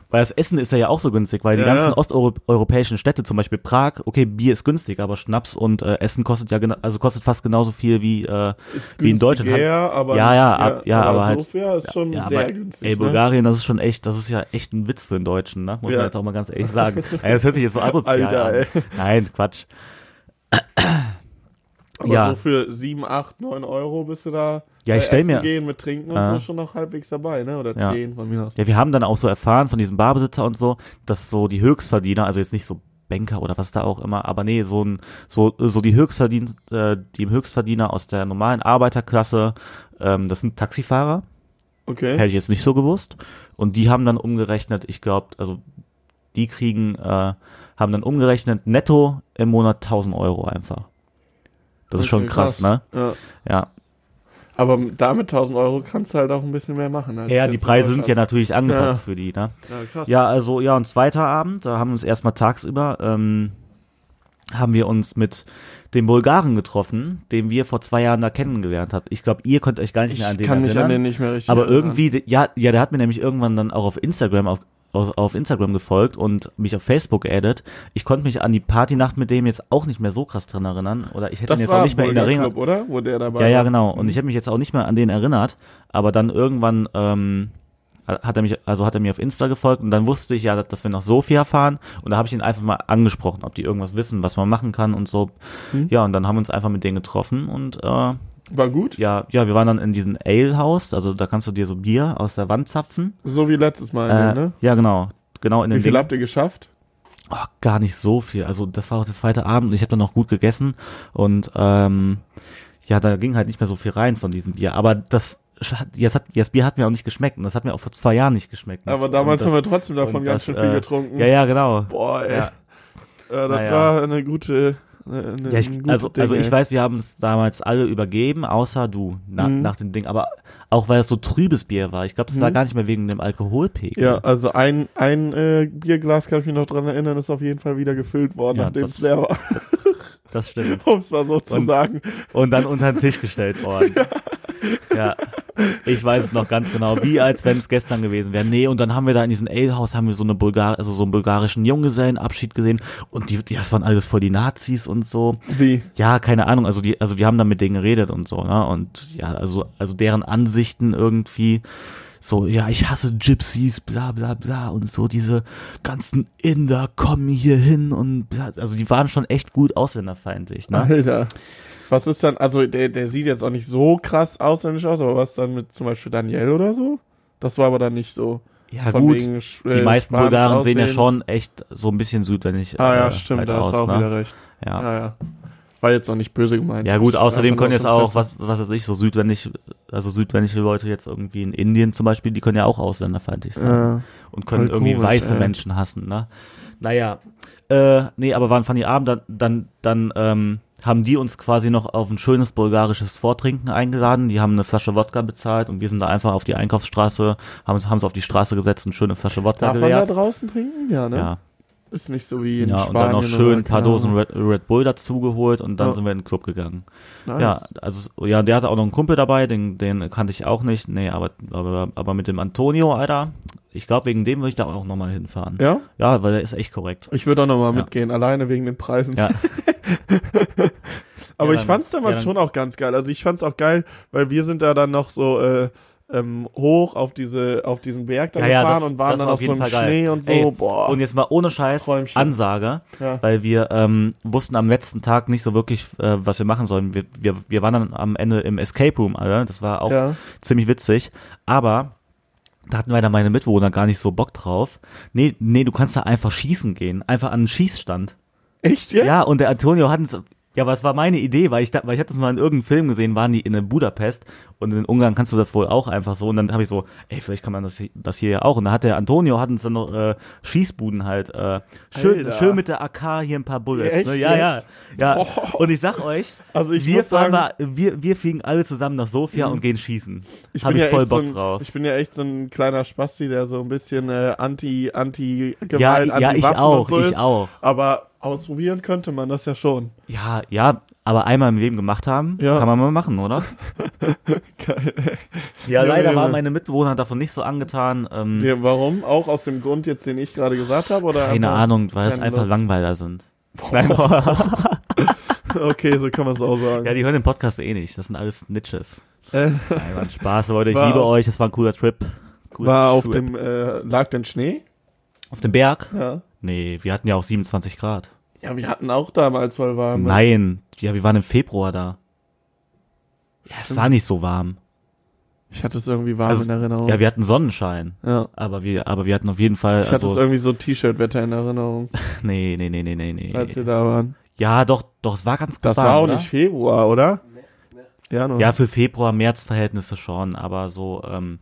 D: Weil das Essen ist ja ja auch so günstig, weil die
C: Ja,
D: ganzen
C: ja.
D: osteuropäischen Städte, zum Beispiel Prag, okay, Bier ist günstig, aber Schnaps und äh, Essen kostet ja gena- also kostet fast genauso viel wie äh,
C: Ist
D: Wie in Deutschland. halt-
C: günstiger, Aber
D: Ja,
C: nicht-
D: ja, ab- ja, aber halt-
C: Sofia ist schon
D: ja,
C: sehr
D: aber,
C: günstig.
D: Ey,
C: ne?
D: Bulgarien, das ist schon echt, das ist ja echt ein Witz für einen Deutschen, ne? Muss
C: Ja.
D: man jetzt auch mal ganz ehrlich sagen. ey, das hört sich jetzt so asozial
C: Alter,
D: an.
C: ey.
D: Nein, Quatsch.
C: Aber
D: ja.
C: so für 7, 8, 9 Euro bist du da.
D: Ja, ich
C: bei
D: stell
C: Essen
D: mir-
C: gehen mit Trinken und
D: Ja.
C: so schon noch halbwegs dabei, ne? Oder
D: Ja.
C: 10 von mir aus.
D: Ja, wir haben dann auch so erfahren von diesem Barbesitzer und so, dass so die Höchstverdiener, also jetzt nicht so Banker oder was da auch immer, aber nee, so ein, so, so die Höchstverdien, äh, die Höchstverdiener aus der normalen Arbeiterklasse, ähm, das sind Taxifahrer,
C: Okay.
D: hätte ich jetzt nicht so gewusst. Und die haben dann umgerechnet, ich glaube, also die kriegen, äh, haben dann umgerechnet netto im Monat 1000 Euro einfach. Das ist
C: Okay,
D: schon krass,
C: krass.
D: ne?
C: Ja.
D: Ja.
C: Aber damit 1000 Euro kannst du halt auch ein bisschen mehr machen. als
D: Ja,
C: jetzt
D: die
C: in
D: Preise sind ja
C: Deutschland.
D: natürlich angepasst
C: Ja.
D: für die,
C: Ja,
D: ne?
C: krass.
D: Ja, also ja, und zweiter Abend, da haben wir uns erstmal tagsüber, ähm, haben wir uns mit dem Bulgaren getroffen, den wir vor zwei Jahren da kennengelernt haben. Ich glaube, ihr könnt euch gar nicht mehr an
C: ich
D: den
C: kann mich
D: erinnern.
C: an den nicht mehr richtig
D: aber
C: erinnern.
D: irgendwie, de- ja, ja, der hat mir nämlich irgendwann dann auch auf Instagram auf, auf, auf Instagram gefolgt und mich auf Facebook geaddet. Ich konnte mich an die Partynacht mit dem jetzt auch nicht mehr so krass dran erinnern. Oder ich hätte
C: Das
D: ihn jetzt
C: war
D: auch nicht mehr in
C: Burger
D: Erinnerung.
C: Club, oder? Mhm. Wo der dabei
D: Ja, ja,
C: war.
D: genau. Und ich habe mich jetzt auch nicht mehr an den erinnert, aber dann irgendwann ähm, hat er mich, also hat er mir auf Insta gefolgt und dann wusste ich ja, dass wir nach Sofia fahren und da habe ich ihn einfach mal angesprochen, ob die irgendwas wissen, was man machen kann und so.
C: Mhm.
D: Ja, und dann haben wir uns einfach mit denen getroffen und äh,
C: War gut?
D: ja, ja, wir waren dann in diesem Ale-Haus, also da kannst du dir so Bier aus der Wand zapfen.
C: So wie letztes Mal,
D: Äh,
C: ne?
D: Ja, genau. Genau in
C: Wie
D: dem
C: viel
D: Ding.
C: habt ihr geschafft?
D: Oh, gar nicht so viel. Also das war auch der zweite Abend und ich habe dann noch gut gegessen und ähm, ja, da ging halt nicht mehr so viel rein von diesem Bier. Aber das, sch- hat- jetzt hat, das Bier hat mir auch nicht geschmeckt und das hat mir auch vor zwei Jahren nicht geschmeckt. Und
C: Aber
D: das-
C: damals
D: und
C: haben wir
D: das-
C: trotzdem davon
D: und
C: ganz
D: das,
C: schön viel
D: äh,
C: getrunken.
D: Ja, ja, genau.
C: Boah, ey.
D: Ja.
C: Äh, das
D: Naja.
C: war eine gute. Eine, eine
D: Ja, ich,
C: ein gutes
D: also, also
C: Ding,
D: ich
C: ey.
D: weiß, wir haben uns damals alle übergeben, außer du, na,
C: Mhm.
D: nach dem Ding. Aber auch weil es so trübes Bier war. Ich glaube, es war
C: Mhm.
D: gar nicht mehr wegen dem Alkoholpegel.
C: Ja, also ein, ein äh, Bierglas kann ich mich noch dran erinnern, ist auf jeden Fall wieder gefüllt worden,
D: Ja,
C: nachdem
D: das-
C: es leer war.
D: Das stimmt.
C: Um es mal so zu
D: Und-
C: sagen.
D: und dann unter den Tisch gestellt worden. Ja. Ich weiß es noch ganz genau, wie als wenn es gestern gewesen wäre. Nee, und dann haben wir da in diesem Ale-Haus haben wir so eine Bulgar also so einen bulgarischen Junggesellenabschied gesehen und die, die das waren alles voll die Nazis und so.
C: Wie?
D: Ja, keine Ahnung, also die also wir haben dann mit denen geredet und so, ne? Und ja, also also deren Ansichten irgendwie so, ja, ich hasse Gypsies, bla bla bla und so, diese ganzen Inder kommen hier hin und bla, also die waren schon echt gut ausländerfeindlich, ne?
C: Alter. Was ist dann, also der, der sieht jetzt auch nicht so krass ausländisch aus, aber was dann mit zum Beispiel Daniel oder so? Das war aber dann nicht so.
D: Ja
C: Von
D: gut,
C: wegen Sch-
D: die
C: äh,
D: meisten
C: Spanisch
D: Bulgaren sehen ja
C: aussehen.
D: schon echt so ein bisschen südländisch
C: Ah ja,
D: äh,
C: stimmt,
D: halt
C: da hast du auch Ah,
D: ne?
C: wieder recht.
D: Ja.
C: Ja, ja. War jetzt auch nicht böse gemeint.
D: Ja gut, außerdem
C: Einfach
D: können
C: nur aus
D: jetzt auch,
C: Interesse.
D: was, was weiß ich, so südwendig, also südländische Leute jetzt irgendwie in Indien zum Beispiel, die können ja auch ausländerfeindlich sein. ne?
C: Äh,
D: und können
C: voll
D: irgendwie
C: komisch,
D: weiße
C: ey.
D: Menschen hassen, ne? Naja. Äh, nee, aber war ein funny Abend, dann, dann, dann ähm, haben die uns quasi noch auf ein schönes bulgarisches Vortrinken eingeladen. Die haben eine Flasche Wodka bezahlt und wir sind da einfach auf die Einkaufsstraße, haben uns haben sie auf die Straße gesetzt, eine schöne Flasche Wodka
C: Darf man da
D: geleert.
C: draußen trinken? Ja, ne?
D: Ja,
C: Ist nicht so wie in
D: ja
C: Spanien.
D: und dann noch
C: oder
D: schön ein paar
C: keine
D: Dosen
C: Ahnung.
D: Red, Red Bull dazugeholt und dann
C: Ja.
D: sind wir in den Club gegangen.
C: Nice.
D: Ja, also ja, der hatte auch noch einen Kumpel dabei, den, den kannte ich auch nicht. Nee, aber, aber, aber mit dem Antonio, Alter, ich glaube, wegen dem würde ich da auch nochmal hinfahren.
C: Ja?
D: Ja, weil der ist echt korrekt.
C: Ich würde auch nochmal
D: Ja.
C: mitgehen, alleine wegen den Preisen.
D: Ja,
C: Aber
D: Ja,
C: ich
D: dann-
C: fand's damals
D: ja, dann-
C: schon auch ganz geil. Also ich fand's auch geil, weil wir sind da dann noch so äh, ähm, hoch auf diese auf diesen Berg dann
D: ja, ja
C: gefahren
D: das,
C: und waren
D: das
C: dann
D: war
C: auf
D: auf
C: so
D: jeden
C: einem
D: Fall geil.
C: Schnee und so.
D: Ey,
C: Boah.
D: Und jetzt mal ohne Scheiß
C: Träumchen.
D: Ansage,
C: Ja.
D: weil wir ähm, wussten am letzten Tag nicht so wirklich, äh, was wir machen sollen. Wir, wir, wir waren dann am Ende im Escape Room, Alter. Das war auch
C: Ja.
D: ziemlich witzig. Aber da hatten leider meine Mitbewohner gar nicht so Bock drauf. Nee, nee, du kannst da einfach schießen gehen. Einfach an einen Schießstand.
C: Echt jetzt?
D: Ja, und der Antonio hat uns. Ja, aber es war meine Idee, weil ich, da- weil ich hatte es mal in irgendeinem Film gesehen, waren die in äh, Budapest und in Ungarn kannst du das wohl auch einfach so. Und dann habe ich so, ey, vielleicht kann man das, hi- das hier ja auch. Und dann hat der Antonio, hat uns dann noch äh, Schießbuden halt. Äh, schön,
C: Alter.
D: schön mit der AK hier ein paar Bullets.
C: Echt
D: ne? Ja, ja.
C: jetzt?
D: ja.
C: Boah.
D: Und ich sag euch,
C: Also ich
D: wir,
C: muss
D: fahren
C: sagen, Mhm.
D: mal, wir, wir fliegen alle zusammen nach Sofia und gehen schießen.
C: ich
D: Hab
C: bin
D: ich
C: ja
D: voll
C: echt
D: Bock
C: so ein,
D: drauf.
C: Ich bin ja echt so ein kleiner Spasti, der so ein bisschen äh, anti anti
D: ja,
C: Gewalt, anti
D: ja, ich
C: Waffen
D: auch,
C: und so
D: ich
C: ist.
D: auch.
C: Aber ausprobieren könnte man das ja schon.
D: Ja, ja, aber einmal im Leben gemacht haben,
C: Ja.
D: kann man mal machen, oder?
C: Geil. ey.
D: Ja,
C: Junge,
D: leider waren
C: Junge.
D: meine Mitbewohner davon nicht so angetan. Ähm,
C: Ja, warum? Auch aus dem Grund jetzt, den ich gerade gesagt habe? Oder
D: keine
C: einfach-
D: Ahnung, weil es
C: keine
D: einfach
C: Lust?
D: Langweiler sind. Nein, ja,
C: Okay, so kann man es auch sagen.
D: die hören den Podcast eh nicht. Das sind alles Snitches.
C: Äh.
D: Nein, war ein Spaß, Leute. Ich
C: War
D: liebe
C: auf-
D: euch. Das war ein cooler Trip. Cooler
C: War auf
D: Trip.
C: dem, äh, lag denn Schnee?
D: auf dem Berg?
C: Ja.
D: Nee, wir hatten ja auch 27 Grad.
C: Ja, wir hatten auch damals voll warm.
D: Nein, ja, wir waren im Februar da. Ja, es war nicht so warm.
C: Ich hatte es irgendwie warm
D: Also,
C: in Erinnerung.
D: Ja, wir hatten Sonnenschein.
C: Ja.
D: Aber wir, aber wir hatten auf jeden Fall.
C: Ich hatte es
D: also,
C: irgendwie so T-Shirt-Wetter in Erinnerung,
D: nee, nee, nee, nee, nee,
C: als wir
D: nee.
C: da waren.
D: Ja, doch, doch, es war ganz
C: Das
D: warm,
C: war auch
D: oder?
C: nicht Februar, oder? Januar.
D: Ja, für Februar, März Verhältnisse schon, aber so, ähm,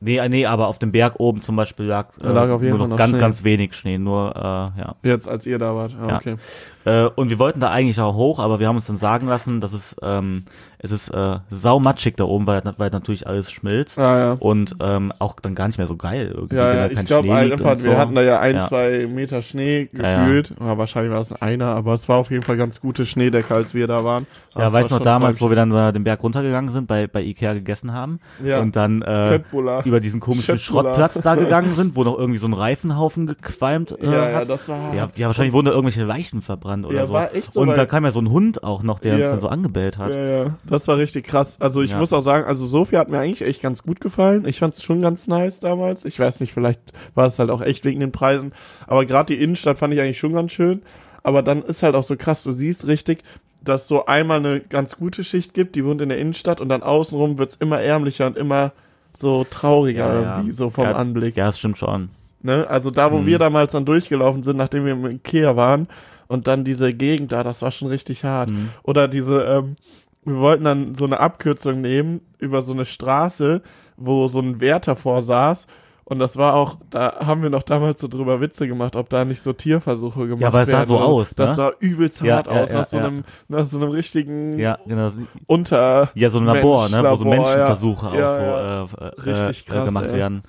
D: nee, nee, aber auf dem Berg oben zum Beispiel lag, äh,
C: Da lag auf jeden Fall
D: nur noch
C: noch
D: ganz,
C: Schnee.
D: ganz wenig Schnee, nur, äh, ja.
C: Jetzt, als ihr da wart. Ja,
D: Ja.
C: okay.
D: Äh, und wir wollten da eigentlich auch hoch, aber wir haben uns dann sagen lassen, dass es, ähm, es ist äh, saumatschig da oben, weil, weil natürlich alles schmilzt.
C: Ah, ja.
D: Und ähm, auch dann gar nicht mehr so geil irgendwie.
C: Ja,
D: wenn
C: ja,
D: da kein
C: ich glaube
D: Schnee liegt
C: einfach,
D: und so.
C: wir hatten da ja ein,
D: Ja.
C: zwei Meter Schnee
D: Ja,
C: gefühlt. Ja, wahrscheinlich war es einer, aber es war auf jeden Fall ganz gute Schneedecke, als wir da waren. Aber
D: Ja,
C: es
D: weiß
C: war
D: noch
C: schon
D: damals, wo
C: Träumchen.
D: wir dann äh, den Berg runtergegangen sind, bei, bei Ikea gegessen haben
C: Ja.
D: und dann äh,
C: Köttbullar.
D: über diesen komischen
C: Schöttbullar.
D: Schrottplatz da gegangen sind, wo noch irgendwie so ein Reifenhaufen gequalmt äh,
C: Ja, ja,
D: hat.
C: das war-
D: ja, ja, wahrscheinlich wurden da irgendwelche Leichen verbrannt oder
C: Ja,
D: so.
C: war echt so,
D: und da
C: weil-
D: kam ja so ein Hund auch noch, der uns
C: Ja.
D: dann so angebellt hat.
C: Ja, ja, das war richtig krass. Also ich
D: Ja.
C: muss auch sagen, also Sofia hat mir eigentlich echt ganz gut gefallen. Ich fand es schon ganz nice damals. Ich weiß nicht, vielleicht war es halt auch echt wegen den Preisen. Aber gerade die Innenstadt fand ich eigentlich schon ganz schön. Aber dann ist halt auch so krass, du siehst richtig, dass so einmal eine ganz gute Schicht gibt, die wohnt in der Innenstadt und dann außenrum wird's immer ärmlicher und immer so trauriger irgendwie, so vom
D: ja,
C: Anblick.
D: Ja, das stimmt schon.
C: Ne? Also da, wo
D: Mhm.
C: wir damals dann durchgelaufen sind, nachdem wir im Ikea waren und dann diese Gegend da, das war schon richtig hart.
D: Mhm.
C: Oder diese, ähm, wir wollten dann so eine Abkürzung nehmen über so eine Straße, wo so ein Wärter vorsaß. Und das war auch, da haben wir noch damals so drüber Witze gemacht, ob da nicht so Tierversuche gemacht werden.
D: aber es sah so
C: Also,
D: aus, ne?
C: Das sah übelst
D: Ja,
C: hart
D: ja,
C: aus,
D: ja,
C: nach, so
D: ja.
C: einem, nach so einem richtigen
D: Ja, genau.
C: Unter.
D: Ja, so ein Labor, ne, wo so
C: Mensch, Labor,
D: Menschenversuche
C: ja.
D: auch
C: Ja,
D: so äh, äh,
C: Richtig
D: äh,
C: krass,
D: gemacht
C: ey.
D: werden.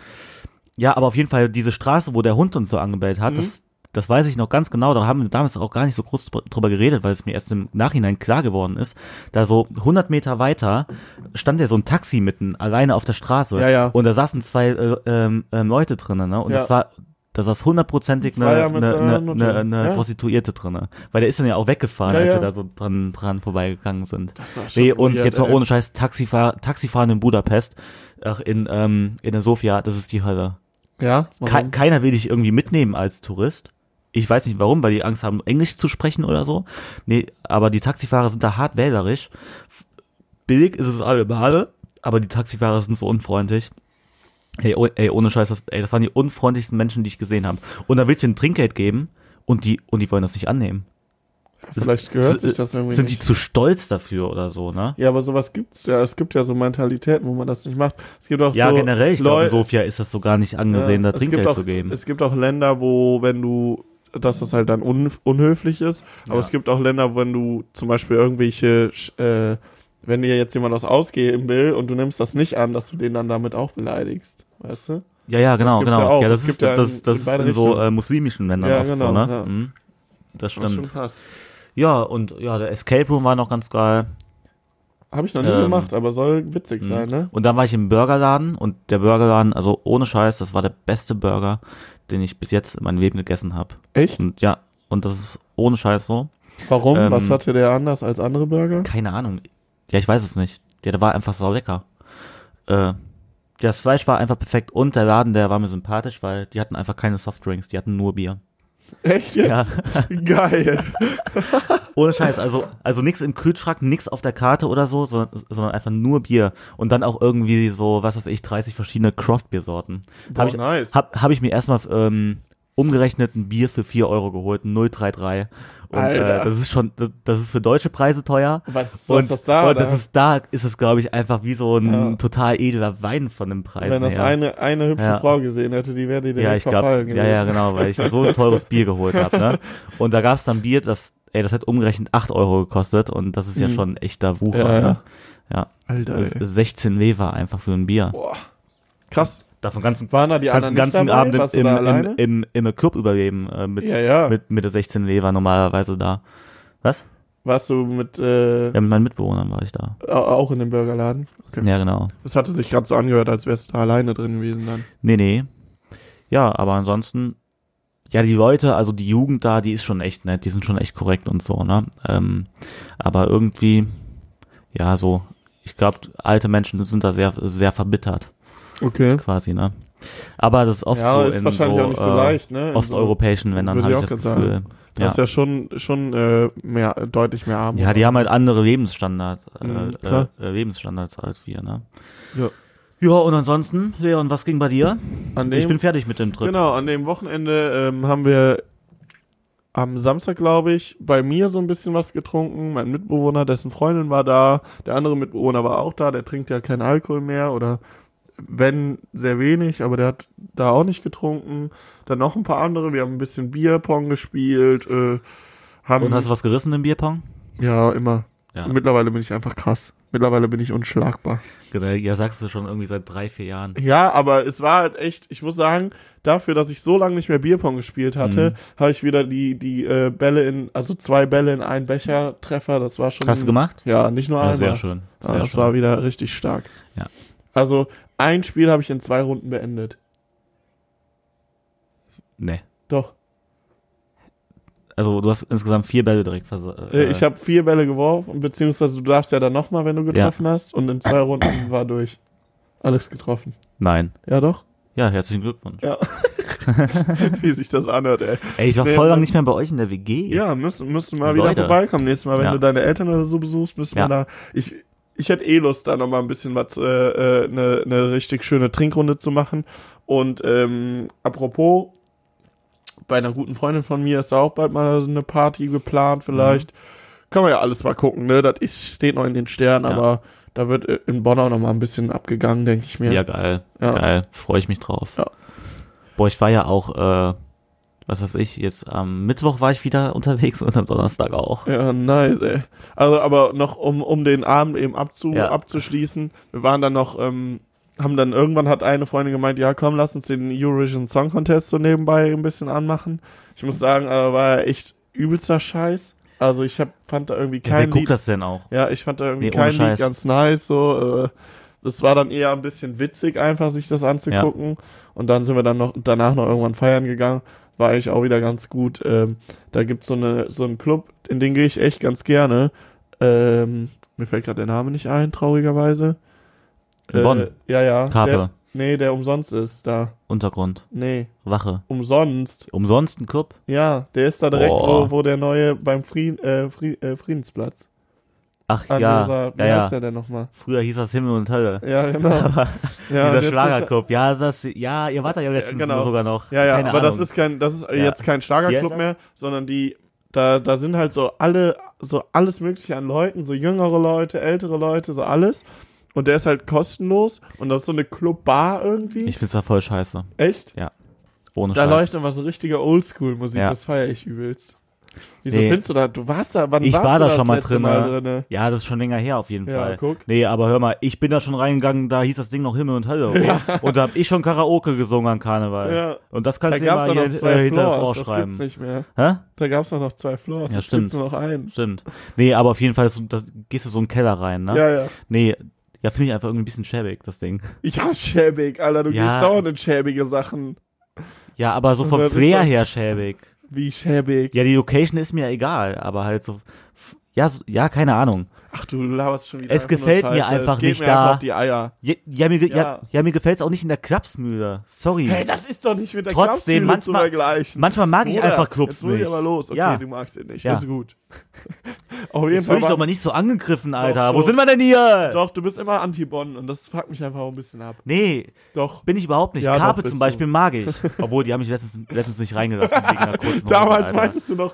D: Ja, aber auf jeden Fall diese Straße, wo der Hund uns so angebellt hat, das,
C: Mhm.
D: das weiß ich noch ganz genau. Da haben wir damals auch gar nicht so groß drüber- drüber geredet, weil es mir erst im Nachhinein klar geworden ist. Da so 100 Meter weiter stand ja so ein Taxi mitten alleine auf der Straße.
C: Ja, ja.
D: Und da saßen zwei äh, ähm, ähm, Leute drinnen, ne? Und
C: Ja.
D: das war da saß hundertprozentig
C: Freier
D: eine,
C: mit
D: eine,
C: seiner
D: eine, eine,
C: Nutte.
D: eine
C: Ja.
D: Prostituierte drinne, Weil der ist dann ja auch weggefahren,
C: Ja,
D: als
C: ja.
D: wir da so dran, dran vorbeigegangen sind.
C: Das war schon
D: Nee, und
C: weird,
D: jetzt mal
C: ey.
D: ohne Scheiß, Taxifahr Taxifahren in Budapest, ach, in, ähm, in der Sofia, das ist die Hölle.
C: Ja,
D: Ke
C: warum?
D: keiner will dich irgendwie mitnehmen als Tourist. Ich weiß nicht warum, weil die Angst haben, Englisch zu sprechen oder so. Nee, aber die Taxifahrer sind da hart wählerisch. F- Billig ist es alle Male, aber die Taxifahrer sind so unfreundlich. Ey, oh, ey ohne Scheiß, das, ey, das waren die unfreundlichsten Menschen, die ich gesehen habe. Und da willst du ihnen Trinkgeld geben und die, und die wollen das nicht annehmen.
C: Vielleicht gehört
D: S-
C: sich das irgendwie
D: Sind die
C: nicht.
D: zu stolz dafür oder so, ne?
C: Ja, aber sowas gibt's ja. Es gibt ja so Mentalitäten, wo man das nicht macht. Es gibt auch
D: Ja,
C: so
D: generell, ich glaube,
C: Leu-
D: in Sofia ist das so gar nicht angesehen,
C: Ja,
D: da
C: es gibt
D: Trinkgeld
C: auch,
D: zu geben.
C: Es gibt auch Länder, wo, wenn du, dass das halt dann un, unhöflich ist, aber
D: Ja.
C: es gibt auch Länder, wo, wenn du zum Beispiel irgendwelche, sch- äh, wenn dir jetzt jemand was ausgeben will und du nimmst das nicht an, dass du den dann damit auch beleidigst. Weißt du?
D: ja, ja, genau,
C: gibt's
D: genau.
C: ja
D: Ja,
C: auch. Es
D: das ist,
C: gibt ja
D: das,
C: in-
D: das
C: in
D: ist
C: beide
D: in so
C: Richtungen.
D: äh, muslimischen Ländern
C: Ja,
D: oft so,
C: genau,
D: ne?
C: ja.
D: Mhm. Das
C: Was schon
D: stimmt.
C: krass.
D: Ja, und ja, der Escape Room war noch ganz geil.
C: Habe ich noch nie
D: Ähm, hm.
C: gemacht, aber soll witzig sein, ne?
D: Mhm. Und dann war ich im Burgerladen und der Burgerladen, also ohne Scheiß, das war der beste Burger, den ich bis jetzt in meinem Leben gegessen habe.
C: Echt?
D: Und ja, und das ist ohne Scheiß so.
C: Warum?
D: ähm,
C: was hatte der anders als andere Burger?
D: Keine Ahnung. Ja, ich weiß es nicht. Ja, der war einfach sau lecker. Äh, das Fleisch war einfach perfekt und der Laden, der war mir sympathisch, weil die hatten einfach keine Softdrinks, die hatten nur Bier.
C: Echt jetzt?
D: Ja.
C: Geil.
D: Ohne Scheiß, also, also nix im Kühlschrank, nix auf der Karte oder so, sondern, sondern einfach nur Bier. Und dann auch irgendwie so, was weiß ich, 30 verschiedene Craft-Bier-Sorten.
C: Boah,
D: Habe ich,
C: nice.
D: hab, hab ich mir erstmal ähm, umgerechnet ein Bier für 4 Euro geholt, 033. Und
C: Alter.
D: äh, das ist schon, das, das ist für deutsche Preise teuer.
C: Was, was
D: und
C: ist das da?
D: und das
C: oder?
D: ist da, ist es, glaube ich, einfach wie so ein
C: Ja.
D: total edler Wein von dem Preis.
C: Wenn das
D: her.
C: eine, eine hübsche
D: Ja.
C: Frau gesehen hätte, die wäre dir direkt
D: ja, ich
C: verfallen
D: glaube, ja, ja, genau, weil ich so ein teures Bier geholt habe. Ne? Und da gab es dann Bier, das, ey, das hat umgerechnet 8 Euro gekostet und das ist ja
C: Mhm.
D: schon ein echter Wucher.
C: Ja, ja.
D: ne? ja.
C: Alter,
D: Das
C: ey.
D: ist 16 Lever einfach für ein Bier.
C: Boah. Krass.
D: Davon ganzen
C: Waren da die anderen
D: kannst den ganzen
C: nicht dabei?
D: Abend
C: Warst du
D: im,
C: da
D: im,
C: alleine?
D: im, im, im Club überleben äh, mit,
C: ja, ja.
D: mit mit der 16 Lever normalerweise da. Was?
C: Warst du mit, äh,
D: Ja, mit meinen Mitbewohnern war ich da.
C: au- auch in dem Burgerladen? Okay.
D: Ja, genau.
C: Das hatte sich gerade so angehört, als wärst du da alleine drin gewesen dann.
D: Nee, nee. Ja, aber ansonsten ja, die Leute, also die Jugend da, die ist schon echt nett, die sind schon echt korrekt und so, ne? Ähm, aber irgendwie ja, so ich glaube, alte Menschen sind da sehr sehr verbittert
C: Okay.
D: quasi, ne? Aber das ist oft
C: Ja,
D: so
C: ist
D: in
C: wahrscheinlich
D: so,
C: auch nicht so
D: äh,
C: leicht, ne? In so-
D: osteuropäischen Ländern
C: Würde
D: habe
C: ich
D: ich
C: auch
D: das
C: grad sagen.
D: Gefühl.
C: Das ist ja schon, schon äh, mehr, deutlich mehr Armut.
D: Ja, die haben halt andere Lebensstandard, äh,
C: Mhm,
D: äh,
C: klar.
D: äh, Lebensstandards als wir, ne?
C: Ja.
D: Ja, und ansonsten, Leon, was ging bei dir?
C: an
D: Ich bin
C: dem,
D: fertig mit dem Trip.
C: Genau, an dem Wochenende ähm, haben wir am Samstag, glaube ich, bei mir so ein bisschen was getrunken. Mein Mitbewohner, dessen Freundin war da. Der andere Mitbewohner war auch da. Der trinkt ja keinen Alkohol mehr oder wenn sehr wenig, aber der hat da auch nicht getrunken. Dann noch ein paar andere. Wir haben ein bisschen Bierpong gespielt. Äh, haben
D: Und hast du was gerissen im Bierpong?
C: ja immer.
D: Ja.
C: Mittlerweile bin ich einfach krass. Mittlerweile bin ich unschlagbar.
D: Genau, ja, sagst du schon irgendwie seit drei, vier Jahren.
C: Ja, aber es war halt echt, ich muss sagen, dafür, dass ich so lange nicht mehr Bierpong gespielt hatte,
D: Mhm.
C: habe ich wieder die, die äh, Bälle in, also zwei Bälle in einen Becher Treffer, das war schon.
D: Hast du gemacht?
C: Ja, nicht nur
D: Ja,
C: einmal.
D: sehr schön. Sehr
C: ja, Ah, das
D: schön.
C: war wieder richtig stark.
D: Ja.
C: Also ein Spiel habe ich in zwei Runden beendet.
D: nee.
C: Doch.
D: Also du hast insgesamt vier Bälle direkt versorgt.
C: Äh, ich habe vier Bälle geworfen, beziehungsweise du darfst ja dann nochmal, wenn du getroffen hast, und in zwei Runden war durch. Alles getroffen.
D: Nein.
C: Ja, doch?
D: Ja, herzlichen Glückwunsch.
C: Ja. Wie sich das anhört, ey.
D: Ey, ich war
C: Nee,
D: voll
C: Mann.
D: lang nicht mehr bei euch in der WG.
C: Ja, müssen, müssen mal
D: Leute.
C: wieder vorbeikommen. Nächstes Mal, wenn
D: Ja.
C: du deine Eltern oder so besuchst, müssen
D: Ja.
C: wir da. Ich, ich hätte eh Lust, da nochmal ein bisschen was, äh, äh, eine, eine richtig schöne Trinkrunde zu machen. Und ähm, apropos, bei einer guten Freundin von mir ist da auch bald mal so eine Party geplant,
D: Mhm.
C: vielleicht. Kann man ja alles mal gucken, ne? Das ist, steht noch in den Sternen,
D: Ja.
C: aber da wird äh, in Bonn auch nochmal ein bisschen abgegangen, denke ich mir.
D: Ja, geil.
C: Ja.
D: Geil. Freue ich mich drauf.
C: Ja.
D: Boah, ich war ja auch, äh, was weiß ich, jetzt am Mittwoch war ich wieder unterwegs und am Donnerstag auch.
C: Ja, nice, ey. Also, aber noch, um, um den Abend eben abzu,
D: Ja.
C: abzuschließen, wir waren dann noch, ähm, haben dann irgendwann hat eine Freundin gemeint, ja komm, lass uns den Eurovision Song Contest so nebenbei ein bisschen anmachen. Ich muss sagen, äh, war echt übelster Scheiß. Also ich hab, fand da irgendwie
D: Ja, wer
C: kein
D: guckt
C: Lied,
D: das denn auch?
C: ja, ich fand da irgendwie
D: Nee, ohne
C: kein Lied
D: Scheiß.
C: ganz nice, so, äh, das war dann eher ein bisschen witzig einfach, sich das anzugucken. Und dann sind wir dann noch, danach noch irgendwann feiern gegangen. War eigentlich auch wieder ganz gut. Ähm, da gibt's so eine, so einen Club, in den gehe ich echt ganz gerne. Ähm, mir fällt gerade der Name nicht ein, traurigerweise. Äh,
D: In Bonn.
C: Ja, ja.
D: Kape.
C: Der, nee, der umsonst ist da.
D: Untergrund.
C: Nee,
D: Wache.
C: umsonst.
D: Umsonst ein Club?
C: Ja, der ist da direkt,
D: Boah.
C: wo, wo der neue beim Frieden, äh, Fried, äh, Friedensplatz. Ah,
D: Ach
C: An
D: ja,
C: dieser, wie
D: ja,
C: heißt
D: ja.
C: der denn nochmal?
D: Früher hieß das Himmel und Hölle.
C: Ja, genau.
D: Aber
C: Ja, und jetzt
D: dieser
C: ist-
D: Schlagerclub, ja, das, ja, ihr wart da ja letztens
C: genau.
D: sogar noch.
C: Ja, ja,
D: Keine
C: aber das
D: Ahnung.
C: ist kein, das ist jetzt kein Schlagerclub
D: Wie heißt das?
C: mehr, sondern die, Da, da sind halt so alle, so alles mögliche an Leuten, so jüngere Leute, ältere Leute, so alles. Und der ist halt kostenlos und das ist so eine Clubbar irgendwie.
D: Ich find's ja voll scheiße.
C: Echt?
D: Ohne
C: Da
D: Scheiß.
C: läuft immer so richtige Oldschool-Musik,
D: Ja.
C: das feiere ich übelst. Wieso
D: Nee.
C: findest du da? Du warst da, wann
D: ich
C: warst
D: war
C: du
D: da
C: das
D: schon mal
C: letzte
D: drin.
C: Mal drinne?
D: Ja, das ist schon länger her auf jeden
C: Ja,
D: Fall.
C: guck.
D: Nee, aber hör mal, ich bin da schon reingegangen, da hieß das Ding noch Himmel und Hölle. Okay? Und da hab ich schon Karaoke gesungen an Karneval.
C: Ja.
D: Und das
C: Da
D: kannst du dir
C: gab's
D: mal
C: doch
D: hier,
C: noch zwei
D: äh, hinter das Ohr
C: Floors, das gibt's
D: schreiben.
C: nicht mehr.
D: Hä?
C: Da gab's doch noch zwei Floors,
D: Ja,
C: jetzt
D: stimmt.
C: gibt's nur noch einen.
D: Stimmt. Nee, aber auf jeden Fall, das, das, gehst du so in den Keller rein, ne?
C: Ja, ja.
D: Nee, ja, finde ich einfach irgendwie ein bisschen schäbig, das Ding.
C: Ja, schäbig, Alter, du
D: Ja.
C: gehst dauernd in schäbige Sachen.
D: Ja, aber so
C: Und
D: vom
C: das ist
D: Flair
C: doch-
D: her schäbig.
C: Wie schäbig.
D: Ja, die Location ist mir egal, aber halt so. f- Ja, so, ja, keine Ahnung.
C: Ach, du laberst schon wieder.
D: Es
C: einfach nur
D: gefällt mir
C: Scheiße.
D: einfach
C: es geht
D: nicht
C: mir
D: da.
C: Einfach auf die Eier.
D: Ja, ja, mir, ge- ja.
C: Ja.
D: Ja, mir gefällt's auch nicht in der Klapsmühle. Sorry.
C: Hey, das ist doch nicht mit der
D: Hm.
C: Klapsmühle
D: Trotzdem, manchmal-
C: zu vergleichen.
D: Manchmal mag ich
C: Bruder,
D: einfach Clubs
C: jetzt muss ich
D: nicht.
C: aber los. Okay,
D: ja.
C: du magst ihn nicht.
D: Ja.
C: Das ist gut. Auf jeden
D: Jetzt würde
C: Fall.
D: ich doch
C: war-
D: mal nicht so angegriffen, Alter. Wo
C: schon.
D: sind wir denn hier?
C: doch, du bist immer Anti-Bonn und das fuckt mich einfach auch ein bisschen ab.
D: Nee,
C: Doch.
D: bin ich überhaupt nicht.
C: Ja, doch,
D: Karpe
C: bist
D: zum Beispiel
C: du.
D: mag ich. Obwohl, die haben mich letztens, letztens nicht reingelassen wegen einer kurzen Hose,
C: Damals
D: Alter.
C: meintest du noch,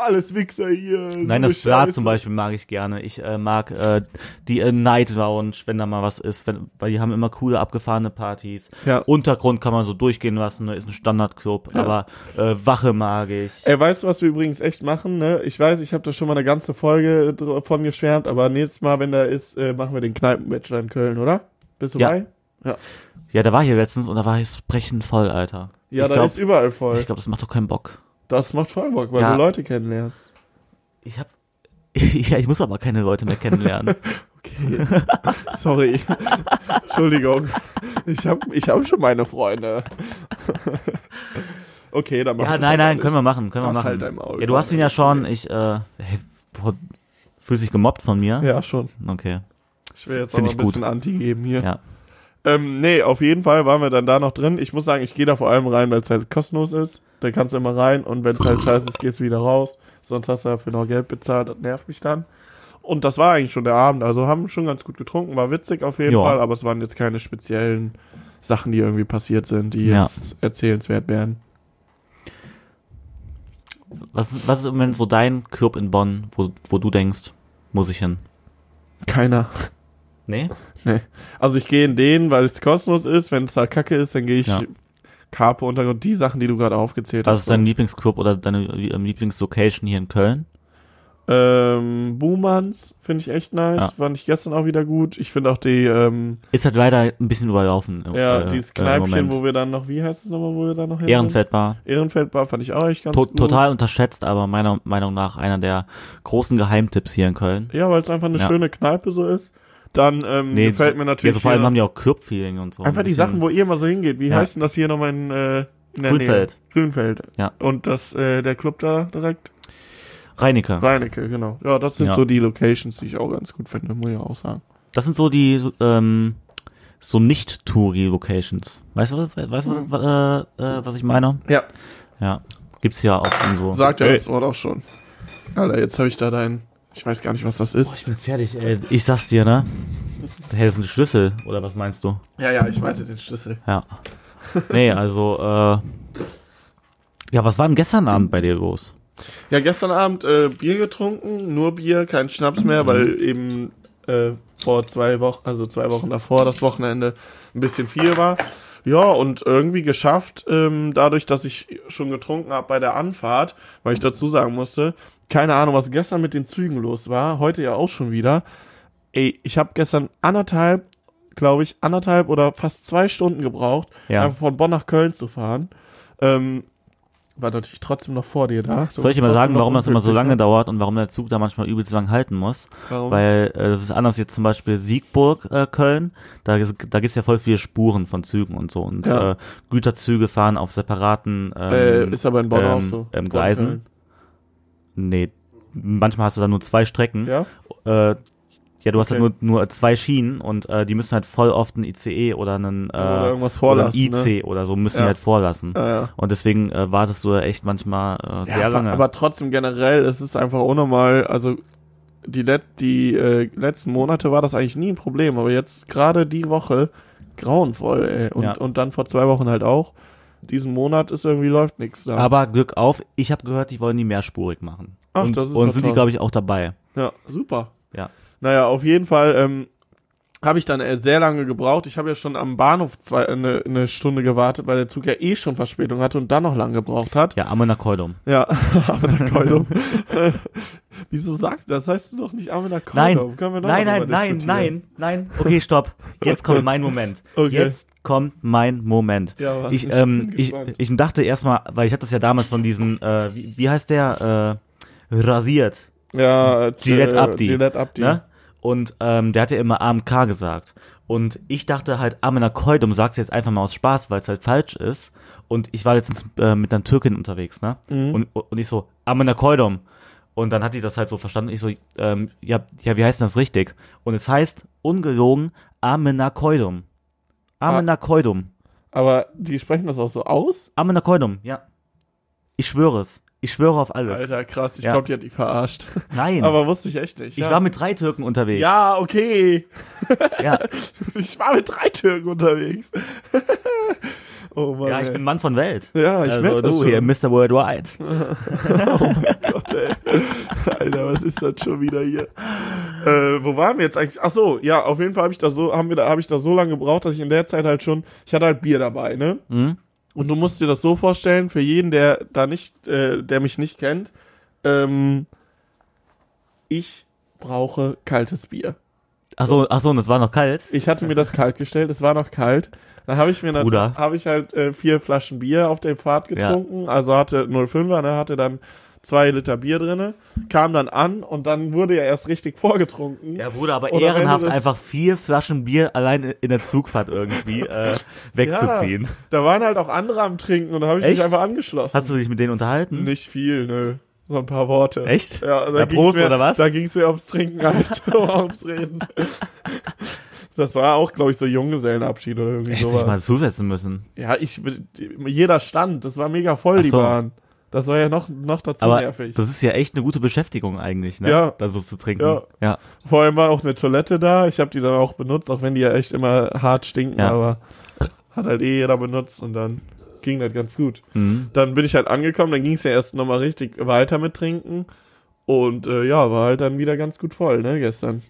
C: alles Wichser hier. so
D: Nein,
C: eine
D: das Brat
C: Scheiße.
D: zum Beispiel mag ich gerne. Ich äh, mag äh, die äh, Night Lounge, wenn da mal was ist, wenn, weil die haben immer coole abgefahrene Partys.
C: Ja.
D: Untergrund kann man so durchgehen lassen, ne? ist ein Standardclub, aber äh, Wache mag ich.
C: Ey, weißt du, was wir übrigens echt machen? Ne? Ich weiß, ich habe da schon mal eine ganze Folge dr- von geschwärmt, aber nächstes Mal, wenn da ist, äh, machen wir den Kneipenbachelor in Köln, oder? Bist du
D: Ja.
C: bei?
D: Ja, da war hier letztens und da war ich brechend voll, Alter.
C: Ja,
D: ich
C: da
D: glaub,
C: ist überall voll.
D: ich glaube, das macht doch keinen Bock.
C: das macht voll Bock, weil
D: Ja.
C: du Leute kennenlernst.
D: Ich hab ja, ich muss aber keine Leute mehr kennenlernen.
C: Okay. Sorry. Entschuldigung. Ich habe ich hab schon meine Freunde. okay, dann machen
D: ja, nein, nein, können wir machen, können wir
C: Ach,
D: machen.
C: halt dein Maul,
D: ja, du hast ihn ja
C: Alter.
D: schon, ich äh hey, boah, fühlst dich gemobbt von mir?
C: Ja, schon.
D: Okay.
C: Ich will jetzt
D: Find
C: aber
D: ich
C: ein
D: gut.
C: bisschen Anti geben hier.
D: Ja.
C: Ähm, nee, auf jeden Fall waren wir dann da noch drin. Ich muss sagen, ich gehe da vor allem rein, weil es halt kostenlos ist. Da kannst du immer rein und wenn es halt scheiße ist, gehst du wieder raus. Sonst hast du dafür noch Geld bezahlt, das nervt mich dann. Und das war eigentlich schon der Abend. Also haben schon ganz gut getrunken, war witzig auf jeden
D: Ja.
C: Fall, aber es waren jetzt keine speziellen Sachen, die irgendwie passiert sind, die
D: Ja.
C: jetzt erzählenswert wären.
D: Was ist, was ist im Moment so dein Club in Bonn, wo, wo du denkst, muss ich hin?
C: Keiner.
D: Nee?
C: Nee. Also ich gehe in den, weil es kostenlos ist. Wenn es da kacke ist, dann gehe ich
D: Ja.
C: Carpe Untergrund, die Sachen, die du gerade aufgezählt
D: Was
C: hast.
D: ist dein Lieblingsclub oder deine äh, Lieblingslocation hier in Köln?
C: Ähm, Boomans finde ich echt nice.
D: Ja.
C: Fand ich gestern auch wieder gut. Ich finde auch die, ähm,
D: Ist halt leider ein bisschen überlaufen. im-
C: ja,
D: äh,
C: dieses
D: äh, im
C: Kneipchen,
D: Moment.
C: wo wir dann noch, wie heißt es nochmal, wo wir dann noch hin
D: Ehrenfeldbar.
C: sind? Ehrenfeldbar fand ich auch echt ganz
D: To
C: gut.
D: total unterschätzt, aber meiner Meinung nach einer der großen Geheimtipps hier in Köln.
C: Ja, weil es einfach eine
D: Ja.
C: schöne Kneipe so ist. Dann ähm, gefällt mir natürlich
D: Also vor allem
C: hier
D: haben die auch Club-Feeling und so.
C: einfach
D: ein
C: die
D: bisschen.
C: Sachen, wo ihr immer so hingeht. Wie
D: Ja.
C: heißt denn das hier nochmal in, äh, in der
D: Grünfeld.
C: Nähe? Grünfeld.
D: Ja.
C: Und das, äh, der Club da direkt?
D: Reinecke.
C: Reinecke, genau. Ja, das sind
D: Ja.
C: so die Locations, die ich auch ganz gut finde, muss ich auch sagen.
D: Das sind so die ähm, so nicht touri locations Weißt du, was, weißt du, was, äh, äh, was ich meine?
C: Hm. Ja.
D: Ja. Gibt's ja auch in so.
C: Sagt ja
D: Ey.
C: das Wort auch schon. Alter, jetzt habe ich da dein. Ich weiß gar nicht, was das ist.
D: Oh, Ich bin fertig, ey. Ich sag's dir, ne? Hey, das ist ein Schlüssel, oder was meinst du?
C: Ja, ja, ich meinte den Schlüssel.
D: Ja. Nee, also, äh. Ja, was war denn gestern Abend bei dir los?
C: Ja, gestern Abend äh, Bier getrunken, nur Bier, kein Schnaps mehr, weil eben äh, vor zwei Wochen, also zwei Wochen davor, das Wochenende ein bisschen viel war. Ja, und irgendwie geschafft, ähm, dadurch, dass ich schon getrunken habe bei der Anfahrt, weil ich dazu sagen musste, keine Ahnung, was gestern mit den Zügen los war, heute ja auch schon wieder. Ey, ich habe gestern anderthalb, glaube ich, anderthalb oder fast zwei Stunden gebraucht,
D: Ja.
C: einfach von Bonn nach Köln zu fahren. Ähm, war natürlich trotzdem noch vor dir da. Du
D: Soll ich
C: bist
D: immer
C: trotzdem
D: sagen,
C: noch
D: warum das immer so
C: unglücklich,
D: lange
C: ne?
D: dauert und warum der Zug da manchmal übelst lang halten muss?
C: Warum?
D: Weil äh, das ist anders jetzt zum Beispiel Siegburg, äh, Köln. Da, ist- da gibt's ja voll viele Spuren von Zügen und so. Und
C: Ja.
D: äh, Güterzüge fahren auf separaten ähm,
C: äh, ist aber in Bonn
D: ähm,
C: auch so.
D: ähm, Gleisen. Nee, manchmal hast du da nur zwei Strecken.
C: Ja?
D: äh, ja, du hast
C: Okay.
D: halt nur, nur zwei Schienen und äh, die müssen halt voll oft einen ICE oder einen, äh,
C: Oder irgendwas
D: oder einen
C: vorlassen, ne?
D: IC oder so müssen die
C: Ja.
D: halt vorlassen.
C: Ja, ja.
D: Und deswegen äh, wartest du da echt manchmal äh, sehr
C: ja,
D: lange.
C: Aber trotzdem generell, es ist einfach unnormal. Also die, Let die äh, letzten Monate war das eigentlich nie ein Problem, aber jetzt gerade die Woche grauenvoll, ey. Und,
D: Ja.
C: und dann vor zwei Wochen halt auch. diesen Monat ist irgendwie läuft nichts da.
D: Aber Glück auf, ich habe gehört, die wollen die mehrspurig machen.
C: Ach,
D: und
C: das ist
D: und
C: doch
D: sind die,
C: toll.
D: glaube ich, auch dabei.
C: ja, super.
D: Ja.
C: Naja, auf jeden Fall ähm, habe ich dann äh, sehr lange gebraucht. Ich habe ja schon am Bahnhof zwei, eine, eine Stunde gewartet, weil der Zug ja eh schon Verspätung hatte und dann noch lange gebraucht hat.
D: Ja, Amenakeudum.
C: Ja, Amina Koldum. Wieso sagst du das? Heißt du doch nicht Amina Koldum.
D: Nein,
C: Können wir noch mal
D: nein, nein,
C: drüber
D: nein,
C: diskutieren.
D: nein, nein. Okay, stopp. Jetzt kommt mein Moment.
C: Okay.
D: Jetzt kommt mein Moment.
C: Ja, aber
D: ich,
C: ich
D: ähm,
C: bin
D: ich,
C: gespannt.
D: ich dachte erstmal, weil ich hatte das ja damals von diesen, äh, wie, wie heißt der? Äh, rasiert.
C: Ja, äh,
D: Gillette
C: äh,
D: Abdi.
C: Gillette Abdi.
D: Ne? Und ähm, der hat ja immer AMK gesagt. Und ich dachte halt, Amenakoidum sagst du jetzt einfach mal aus Spaß, weil es halt falsch ist. Und ich war letztens äh, mit einer Türkin unterwegs, ne?
C: Mhm.
D: Und, und ich so, Amenakoidum. um. Und dann hat die das halt so verstanden. Ich so, ähm, ja, ja, wie heißt denn das richtig? Und es heißt, ungelogen, Amenakoidum.
C: Ah.
D: Amenakoidum.
C: Aber die sprechen das auch so aus?
D: Amenakoidum, um, ja. Ich schwöre es. Ich schwöre auf alles.
C: Alter, krass. Ich
D: Ja.
C: glaube, die hat dich verarscht.
D: Nein.
C: Aber wusste ich echt nicht.
D: ich
C: ja.
D: war mit drei Türken unterwegs.
C: Ja, okay.
D: ja.
C: Ich war mit drei Türken unterwegs. oh Mann.
D: ja ich
C: ey.
D: bin Mann von Welt.
C: ja, ich merk
D: also
C: das
D: du
C: schon.
D: hier, Mr. Worldwide.
C: Gott, ey. Alter, was ist das schon wieder hier? Äh, wo waren wir jetzt eigentlich? Ach so, ja, auf jeden Fall habe ich da so haben wir da habe ich da so lange gebraucht, dass ich in der Zeit halt schon ich hatte halt Bier dabei, ne?
D: Mhm.
C: Und du musst dir das so vorstellen, für jeden, der da nicht äh, der mich nicht kennt, ähm, ich brauche kaltes Bier.
D: Achso, achso, und es war noch kalt.
C: Ich hatte mir das kalt gestellt, es war noch kalt. Dann habe ich mir nat-
D: Bruder.
C: habe ich halt äh, vier Flaschen Bier auf der Fahrt getrunken, also hatte 05er, ne, hatte dann zwei Liter Bier drinne, kam dann an und dann wurde ja erst richtig vorgetrunken.
D: Ja, Bruder, aber
C: Oder wenn du
D: ehrenhaft
C: das-
D: einfach vier Flaschen Bier allein in der Zugfahrt irgendwie äh, wegzuziehen.
C: Ja, da waren halt auch andere am Trinken und da habe ich mich
D: Echt?
C: einfach angeschlossen.
D: Hast du dich mit denen unterhalten?
C: nicht viel, nö. So ein paar Worte.
D: Echt?
C: Ja, da
D: Ja,
C: ging's
D: Prost,
C: mir,
D: oder was?
C: Da ging es mir ums Trinken als ums Reden. Das war auch, glaube ich, so Junggesellenabschied oder irgendwie
D: Hätte
C: sowas.
D: ich mal zusetzen müssen.
C: Ja, ich jeder stand, das war mega voll
D: Ach
C: die
D: so.
C: Bahn. Das war ja noch noch dazu
D: Aber
C: nervig.
D: das ist ja echt eine gute Beschäftigung eigentlich, ne?
C: Ja.
D: Dann so zu trinken.
C: Ja.
D: ja.
C: Vor allem war auch eine Toilette da, ich habe die dann auch benutzt, auch wenn die ja echt immer hart stinken,
D: Ja.
C: aber hat halt eh jeder benutzt und dann ging das ganz gut.
D: Mhm.
C: Dann bin ich halt angekommen, dann ging es ja erst nochmal richtig weiter mit trinken und äh, ja, war halt dann wieder ganz gut voll, ne, gestern.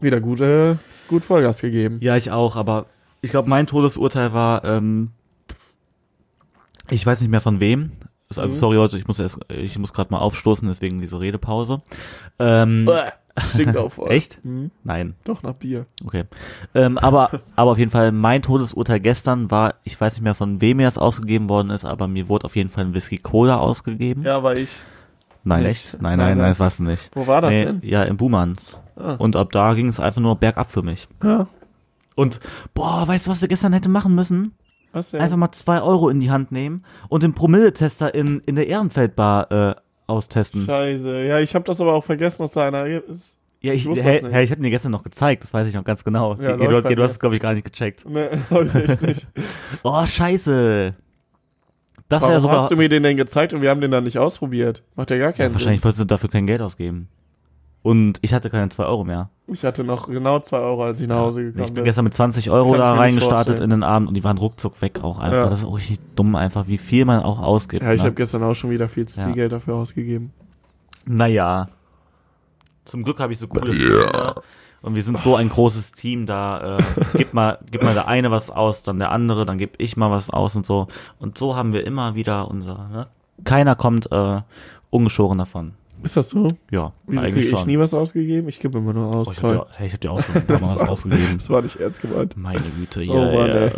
C: Wieder gut, äh, gut Vollgas gegeben.
D: Ja, ich auch, aber ich glaube, mein Todesurteil war, ähm, ich weiß nicht mehr von wem. Also,
C: Mhm.
D: sorry, Leute, ich muss erst, ich muss gerade mal aufstoßen, deswegen diese Redepause. Ähm,
C: Bäh, Stinkt auch voll.
D: echt?
C: Mhm.
D: Nein.
C: Doch nach Bier.
D: Okay. Ähm, aber, aber auf jeden Fall, mein Todesurteil gestern war, ich weiß nicht mehr von wem mir das ausgegeben worden ist, aber mir wurde auf jeden Fall ein Whisky Cola ausgegeben.
C: Ja, war ich.
D: nein,
C: nicht.
D: echt? Nein, nein, nein,
C: Nein, nein.
D: das war's nicht.
C: Wo war das
D: Nee,
C: denn?
D: Ja, im Buhmanns.
C: Ah.
D: Und ab da ging es einfach nur bergab für mich.
C: Ja.
D: Und, boah, weißt du, was wir gestern hätte machen müssen?
C: Was denn?
D: Einfach mal zwei Euro in die Hand nehmen und den Promilletester in, in der Ehrenfeldbar äh, austesten.
C: Scheiße. Ja, ich habe das aber auch vergessen, dass da einer ist.
D: ja, ich,
C: ich wusste
D: hä,
C: das nicht.
D: hä, ich hatte mir gestern noch gezeigt, das weiß ich noch ganz genau.
C: Ja,
D: du,
C: läuft
D: du,
C: bei
D: du hast
C: mir.
D: es, glaube ich, gar nicht gecheckt.
C: Ne, hab ich echt nicht.
D: Oh, scheiße. Das
C: Warum
D: wäre sogar.
C: hast du mir den denn gezeigt und wir haben den dann nicht ausprobiert? Macht ja gar keinen
D: Wahrscheinlich wolltest du dafür kein Geld ausgeben. Und ich hatte keine 2 Euro mehr.
C: Sinn. Ich hatte noch genau zwei Euro, als ich nach Hause
D: Ich
C: gekommen
D: bin
C: bin.
D: gestern mit 20 Euro
C: kann ich
D: da
C: mir nicht
D: reingestartet
C: vorstellen.
D: in den Abend und die waren ruckzuck weg auch einfach.
C: Ja.
D: Das ist auch richtig dumm einfach, wie viel man auch ausgibt.
C: Ja, ich
D: ne?
C: habe gestern auch schon wieder viel zu viel
D: Ja.
C: Geld dafür ausgegeben.
D: Naja. Zum Glück habe ich so cooles Team. ne? Und wir sind so ein großes Team, da äh, gibt mal, gibt mal der eine was aus, dann der andere, dann gebe ich mal was aus und so. Und so haben wir immer wieder unser, ne? Keiner kommt äh, ungeschoren davon.
C: Ist das so?
D: Ja,
C: Wieso
D: eigentlich
C: kriege ich
D: schon.
C: nie was ausgegeben? Ich gebe immer nur aus.
D: Oh, ich hab
C: Toll.
D: dir, hey, ich hab dir auch schon ein paar Mal was ausgegeben.
C: Das war nicht ernst gemeint.
D: Meine Güte, ja.
C: Oh Mann, ey.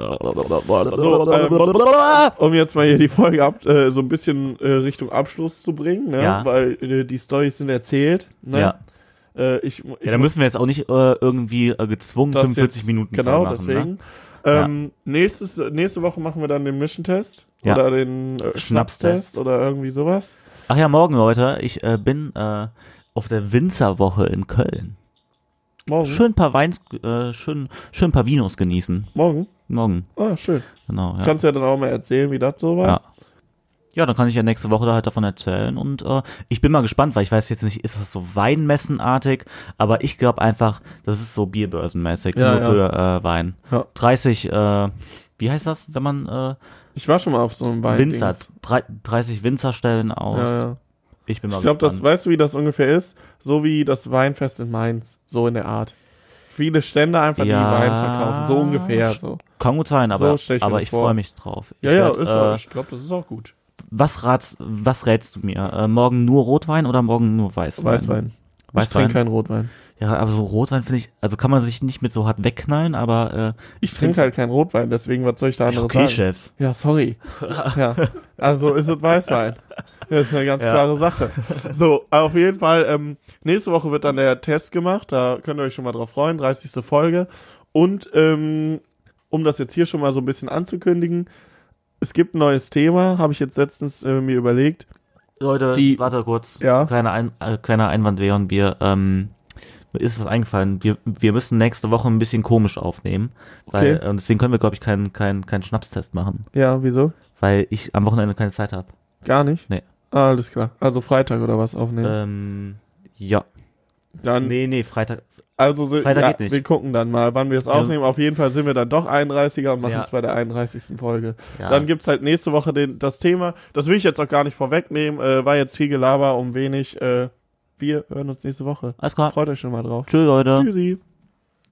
C: Also,
D: ja.
C: Um jetzt mal hier die Folge ab, äh, so ein bisschen äh, Richtung Abschluss zu bringen, ne?
D: Ja.
C: weil äh, die Storys sind erzählt. Ne?
D: ja.
C: Äh, ich, ich
D: ja, da müssen wir jetzt auch nicht äh, irgendwie äh, gezwungen
C: das
D: 45
C: jetzt-
D: Minuten
C: Genau,
D: voll machen,
C: deswegen.
D: Ne?
C: Ähm, nächstes, nächste Woche machen wir dann den Mission-Test
D: Ja.
C: oder den äh,
D: Schnapstest.
C: Schnapstest oder irgendwie sowas.
D: Ach ja, morgen, Leute. Ich äh, bin äh, auf der Winzerwoche in Köln.
C: Morgen.
D: Schön ein paar Weins, äh, schön, schön ein paar Vinos genießen.
C: Morgen.
D: Morgen,
C: Ah, schön.
D: genau. Ja.
C: Kannst du ja dann auch mal erzählen, wie das so war.
D: ja. Ja, dann kann ich ja nächste Woche da halt davon erzählen und äh, ich bin mal gespannt, weil ich weiß jetzt nicht, ist das so Weinmessenartig, aber ich glaube einfach, das ist so Bierbörsenmäßig,
C: Ja,
D: nur
C: ja.
D: für äh, Wein.
C: Ja.
D: 30, äh, wie heißt das, wenn man äh,
C: Ich war schon mal auf so einem Wein.
D: Winzer, drei- 30 Winzerstellen aus.
C: Ja, ja.
D: Ich bin mal
C: Ich glaube, das,
D: gespannt.
C: weißt du, wie das ungefähr ist? So wie das Weinfest in Mainz, so in der Art. Viele Stände einfach,
D: Ja.
C: die Wein verkaufen, so ungefähr. So.
D: kann gut sein, aber,
C: So stell ich mir
D: aber
C: das
D: ich
C: vor.
D: freue mich drauf.
C: Ja,
D: ich
C: ja,
D: werd,
C: ist
D: äh,
C: auch. Ich glaube, das ist auch gut.
D: was, ratst, was rätst du mir? Äh, morgen nur Rotwein oder morgen nur Weißwein?
C: Weißwein. Ich
D: Weißwein?
C: trinke keinen Rotwein.
D: Ja, aber so Rotwein finde ich, also kann man sich nicht mit so hart wegknallen, aber äh,
C: Ich trinke halt keinen Rotwein, deswegen, was soll ich da anderes
D: okay,
C: sagen?
D: Chef.
C: Ja, sorry. Ja. Also ist es Weißwein. Das ist eine ganz
D: Ja.
C: klare Sache. So, auf jeden Fall, ähm, nächste Woche wird dann der Test gemacht. Da könnt ihr euch schon mal drauf freuen. 30. Folge. Und ähm, um das jetzt hier schon mal so ein bisschen anzukündigen, es gibt ein neues Thema, habe ich jetzt letztens äh, mir überlegt.
D: Leute,
C: Die-
D: warte kurz.
C: Ja.
D: Kleiner, Ein äh, kleiner Einwand, Leon, wir, ähm, mir ist was eingefallen. Wir, wir müssen nächste Woche ein bisschen komisch aufnehmen. Weil,
C: Okay.
D: äh, deswegen können wir, glaube ich, keinen keinen keinen Schnapstest machen.
C: Ja, wieso?
D: Weil ich am Wochenende keine Zeit habe.
C: Gar nicht?
D: Nee.
C: Ah, alles klar. Also Freitag oder was aufnehmen.
D: Ähm, ja.
C: dann,
D: Nee, nee, Freitag.
C: also sind,
D: Freitag
C: ja,
D: geht nicht.
C: wir gucken dann mal, wann wir es aufnehmen. Auf jeden Fall sind wir dann doch 31er und machen
D: Ja.
C: es bei der 31. Folge.
D: Ja.
C: Dann gibt's halt nächste Woche den, das Thema. Das will ich jetzt auch gar nicht vorwegnehmen. Äh, war jetzt viel Gelaber um wenig. Äh, wir hören uns nächste Woche.
D: Alles klar.
C: Freut euch schon mal drauf.
D: Tschö, Leute.
C: Tschüssi.